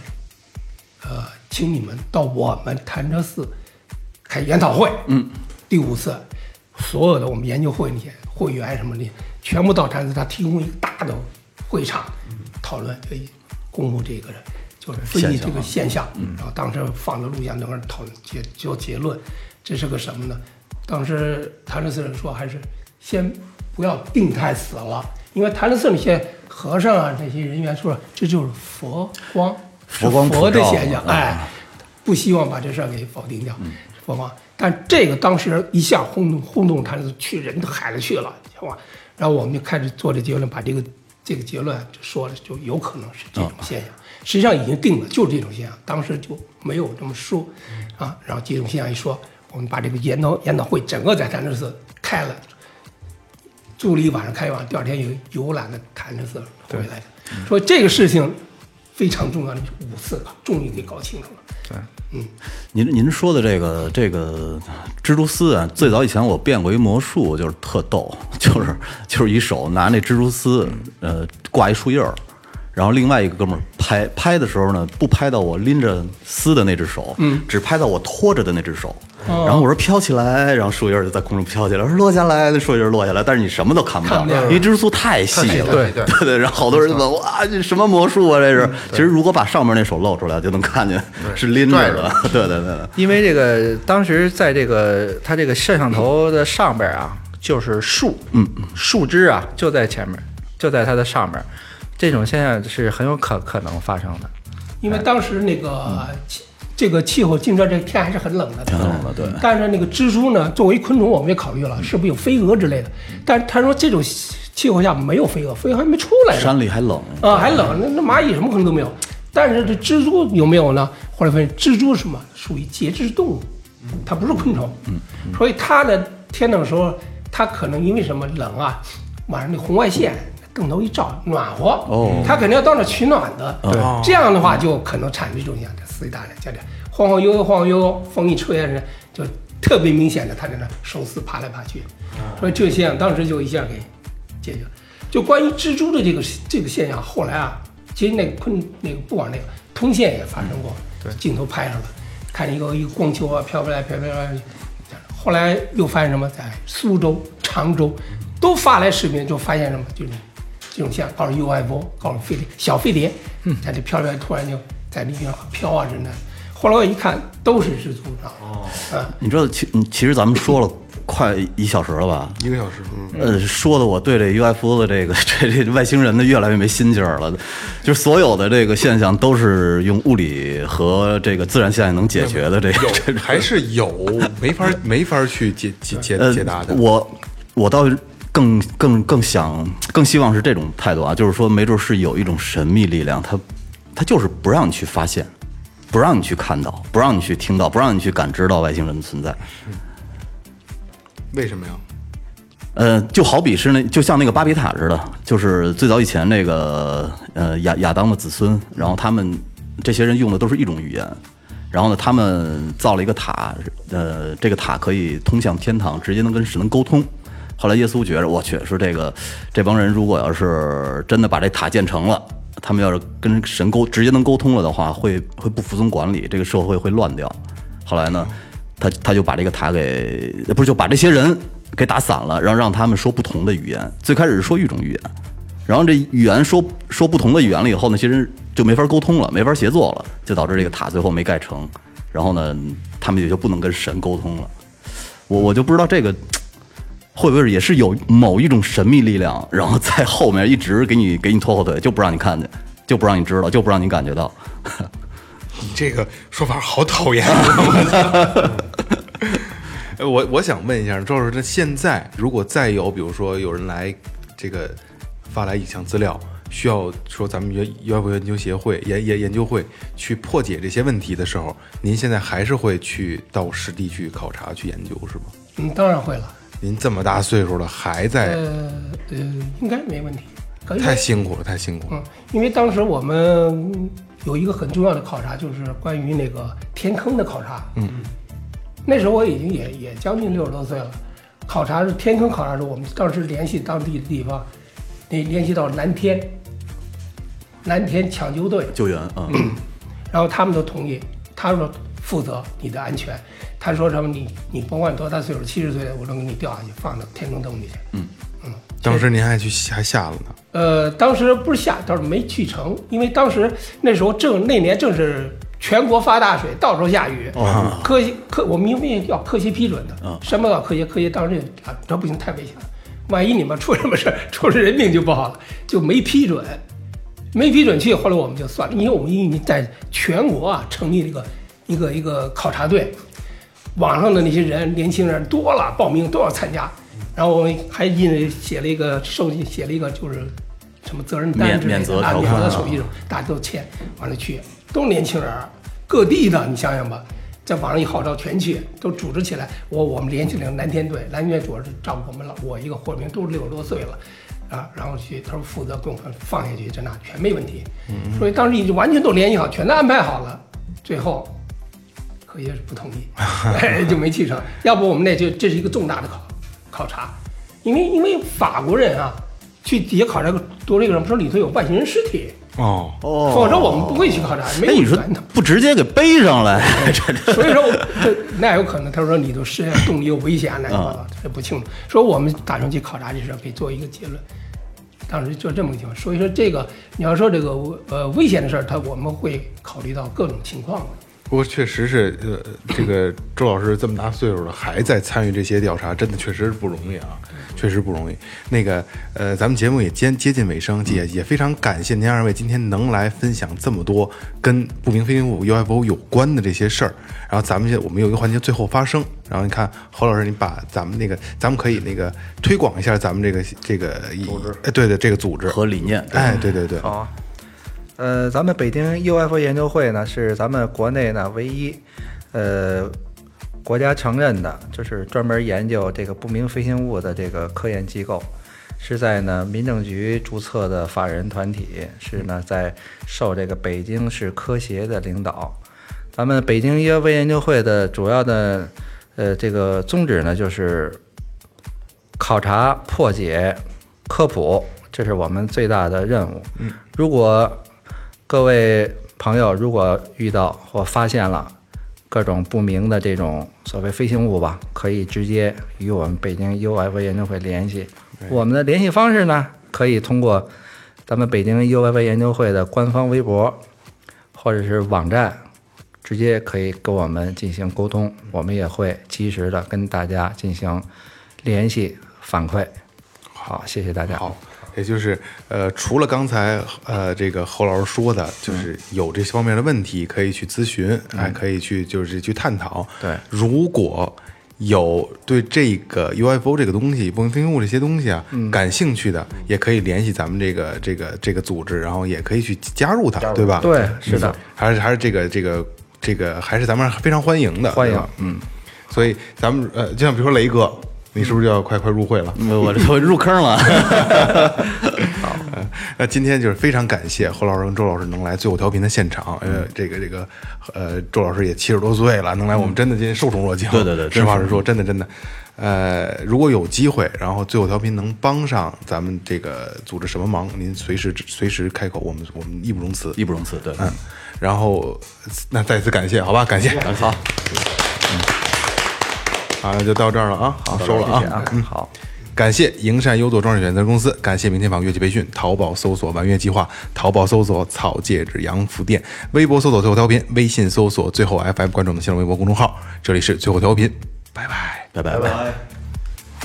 呃，请你们到我们潭柘寺开研讨会。嗯，第五次，所有的我们研究会那些会员什么的，全部到潭柘寺，他提供一个大的会场讨论，就公布这个人。就是分析这个现
啊
象，
嗯
然后当时放着录像，等会儿讨论结就结论，这是个什么呢？当时谭论寺人说，还是先不要定太死了，因为谭论寺那些和尚啊，这些人员说这就是佛光，
佛光
是佛的
普照
现象，
啊
哎，不希望把这事儿给否定掉，佛光。但这个当时一下轰动轰动谭论寺，去人都海了去了，好吧？然后我们就开始做这结论，把这个这个结论就说了，就有可能是这种现象。实际上已经定了，就是这种现象，当时就没有这么说，啊，然后这种现象一说，我们把这个研讨研讨会整个在潭柘寺开了，住了一晚上，开完第二天有游览的潭柘寺回来的，说这个事情非常重要，五次吧，终于给搞清楚了。
您您说的这个这个蜘蛛丝啊，最早以前我变过一魔术，就是特逗，就是就是一手拿那蜘蛛丝，呃，挂一树叶儿，然后另外一个哥们儿拍拍的时候呢，不拍到我拎着丝的那只手，嗯，只拍到我拖着的那只手。然后我说飘起来，然后树叶儿就在空中飘起来，我说落下来，那树叶儿落下来，但是你什么都看不到，
看不见
因为蜘蛛丝太细了，
对
对对，然后好多人就问哇，这什么魔术啊？这
嗯
是，其实如果把上面那手露出来，就能看见是拎着的， 对对对对。
因为这个当时在这个它这个摄像头的上边啊，就是树，嗯，树枝啊就在前面，就在它的上边，这种现象是很有可可能发生的。
哎
因为当时那个、呃这个气候进入到这个天还是很冷的，
嗯挺冷的对
但是那个蜘蛛呢，作为昆虫，我们也考虑了，是不是有飞蛾之类的？但是他说这种气候下没有飞蛾，飞蛾还没出来呢。
山里还冷，
啊，还冷，那那蚂蚁什么可能都没有。但是这蜘蛛有没有呢？后来发现蜘蛛是什么属于节肢动物，它不是昆虫，所以它呢天冷的时候，它可能因为什么冷啊，晚上那红外线灯头一照暖和，
哦
它肯定要到那取暖的，这样的话就可能产生这种现象，死一大家里晃晃悠悠晃晃悠悠，风一吹啊，就特别明显的它在那手撕爬来爬去，所以这个现象当时就一下给解决了。就关于蜘蛛的这个这个现象，后来啊，其实那个昆那个不管那个通县也发生过，镜头拍上了，看一个一个光球啊飘过来飘飘来，后来又发现什么，在苏州、常州都发来视频，就发现什么，就是这种像告诉 UFO，告诉飞碟小飞碟，在这飘来突然就在那地方飘啊之类的。后来我一看，都是蜘蛛啊，哦，
你知道，其嗯其实咱们说了快一小时了吧？
一个小时，嗯，
呃，说的我对这 UFO 的这个 这这外星人的越来越没心劲儿了，就是所有的这个现象都是用物理和这个自然现象能解决的这个这
有还是有没法没法去解解解
呃
解答的。
我我倒是更更更想更希望是这种态度啊，就是说，没准是有一种神秘力量，它它就是不让你去发现，不让你去看到，不让你去听到，不让你去感知到外星人的存在。
为什么呀？
呃，就好比是那，就像那个巴别塔似的，就是最早以前那个呃亚亚当的子孙，然后他们这些人用的都是一种语言，然后呢，他们造了一个塔，呃，这个塔可以通向天堂，直接能跟神能沟通。后来耶稣觉着，我去，说这个这帮人如果要是真的把这塔建成了，他们要是跟神沟直接能沟通了的话，会会不服从管理，这个社会会乱掉。后来呢，他他就把这个塔给，呃不是就把这些人给打散了，然后让他们说不同的语言。最开始是说一种语言，然后这语言说说不同的语言了以后呢，其实就没法沟通了，没法协作了，就导致这个塔最后没盖成。然后呢，他们也就不能跟神沟通了。我我就不知道这个会不会也是有某一种神秘力量，然后在后面一直给你给你拖后腿，就不让你看见，就不让你知道，就不让你感觉到。
你这个说法好讨厌啊！我操呃我我想问一下，赵老师，那现在如果再有，比如说有人来这个发来影像资料，需要说咱们 U UFO 研究协会研研研究会去破解这些问题的时候，您现在还是会去到实地去考察去研究是吗？
嗯，当然会了，
您这么大岁数了，还在，
呃呃，应该没问题，可以吧
太辛苦了，太辛苦了
嗯。，因为当时我们有一个很重要的考察，就是关于那个天坑的考察。嗯，那时候我已经也也将近六十多岁了，考察是天坑考察的时候，我们当时联系当地的地方，联联系到蓝天，蓝天抢救队，
救援啊，
然后他们都同意，他说负责你的安全，他说什么你你甭管多大岁数，七十岁我能给你掉下去，放到天坑洞里去。
当时您还去还下了呢，
呃，当时不是下，倒是没去成，因为当时那时候正那年正是全国发大水，到处下雨，科学科我们因为要科学批准的，什么要科学，科学当时也啊，这不行，太危险了，万一你们出什么事儿，出了人命就不好了，就没批准，没批准去，后来我们就算了，因为我们已经在全国啊成立了一个一个一个考察队，网上的那些人，年轻人多了，报名都要参加。然后我们还印了写了一个收集，写了一个就是什么责任单
免
之类的
免责
啊
条
免
款
责
啊
手续什么，大家都签，完了去，都是年轻人儿，各地的，啊你想想吧，在网上一号召全去，都组织起来。我我们联系了蓝天队，蓝天队主要是照顾我们老我一个活民，都六十多岁了。啊，然后去，他说负责给我们放下去，这那全没问题，所以当时已经完全都联系好，全都安排好了。最后可也是不同意， 哎就没去成。要不我们那就这是一个重大的考考察，因为因为法国人啊，去底下考察多这个什么，说里头有外星人尸体，
哦，
否则我们不会去考察，没
那哦哎
有
你说
源 头。
不直接给背上来，哎这
所以说我这那有可能，他说你都实验啊动力有危险，那
啊
个这不清楚。说我们打算去考察这事儿，给做一个结论。当时就这么个情况，所以说这个你要说这个呃危险的事儿，他我们会考虑到各种情况的。
不过确实是，呃，这个周老师这么大岁数了，还在参与这些调查，真的确实不容易啊，确实不容易。那个，呃，咱们节目也接接近尾声，也也非常感谢您二位今天能来分享这么多跟不明飞行物 UFO 有关的这些事儿。然后咱们现我们有一个环节最后发声，然后你看侯老师，你把咱们那个，咱们可以那个推广一下咱们这个这个组织，哎，对对，这个组织
和理念。
哎，对对对，
好啊。呃，咱们北京 UFO 研究会呢，是咱们国内呢唯一，呃，国家承认的，就是专门研究这个不明飞行物的这个科研机构，是在呢民政局注册的法人团体，是呢在受这个北京市科协的领导。咱们北京 UFO 研究会的主要的，呃，这个宗旨呢，就是考察、破解、科普，这是我们最大的任务。如果各位朋友，如果遇到或发现了各种不明的这种所谓飞行物吧，可以直接与我们北京 UFO 研究会联系。我们的联系方式呢，可以通过咱们北京 UFO 研究会的官方微博或者是网站，直接可以跟我们进行沟通，我们也会及时的跟大家进行联系反馈。好，谢谢大家。
好，也就是呃，除了刚才呃这个侯老师说的，
嗯
就是有这方面的问题可以去咨询，哎，可以去就是去探讨。
对
如果有对这个 UFO 这个东西、不明飞行物这些东西啊、
嗯
感兴趣的，也可以联系咱们这个这个这个组织，然后也可以去加入它，对吧？
对是的
嗯还是还是这个这个这个还是咱们非常欢迎的，
欢迎
对吧嗯。所以咱们呃，就像比如说雷哥，你是不是就要快快入会了？
我我我入坑了，
呃， 那今天就是非常感谢侯老师跟周老师能来最后调频的现场，呃，这个这个，呃，周老师也七十多岁了，能来我们真的今天受宠若惊。
对对对
实话实说，真的真的，呃，如果有机会，然后最后调频能帮上咱们这个组织什么忙，您随时随时开口，我们我们义不容辞。
义不容辞。对，
嗯，然后那再次感谢，好吧，感谢，好，嗯，好，那就到这儿了啊，好，收了啊，
谢谢啊，
嗯
好。
感谢营善优作装饰有限责任公司，感谢明天坊乐器培训，淘宝搜索“玩乐计划”，淘宝搜索“草戒指洋服店”，微博搜索“最后调频”，微信搜索“最后 FM”，关注我们新浪微博公众号。这里是最后调频，拜拜。
拜拜拜。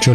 这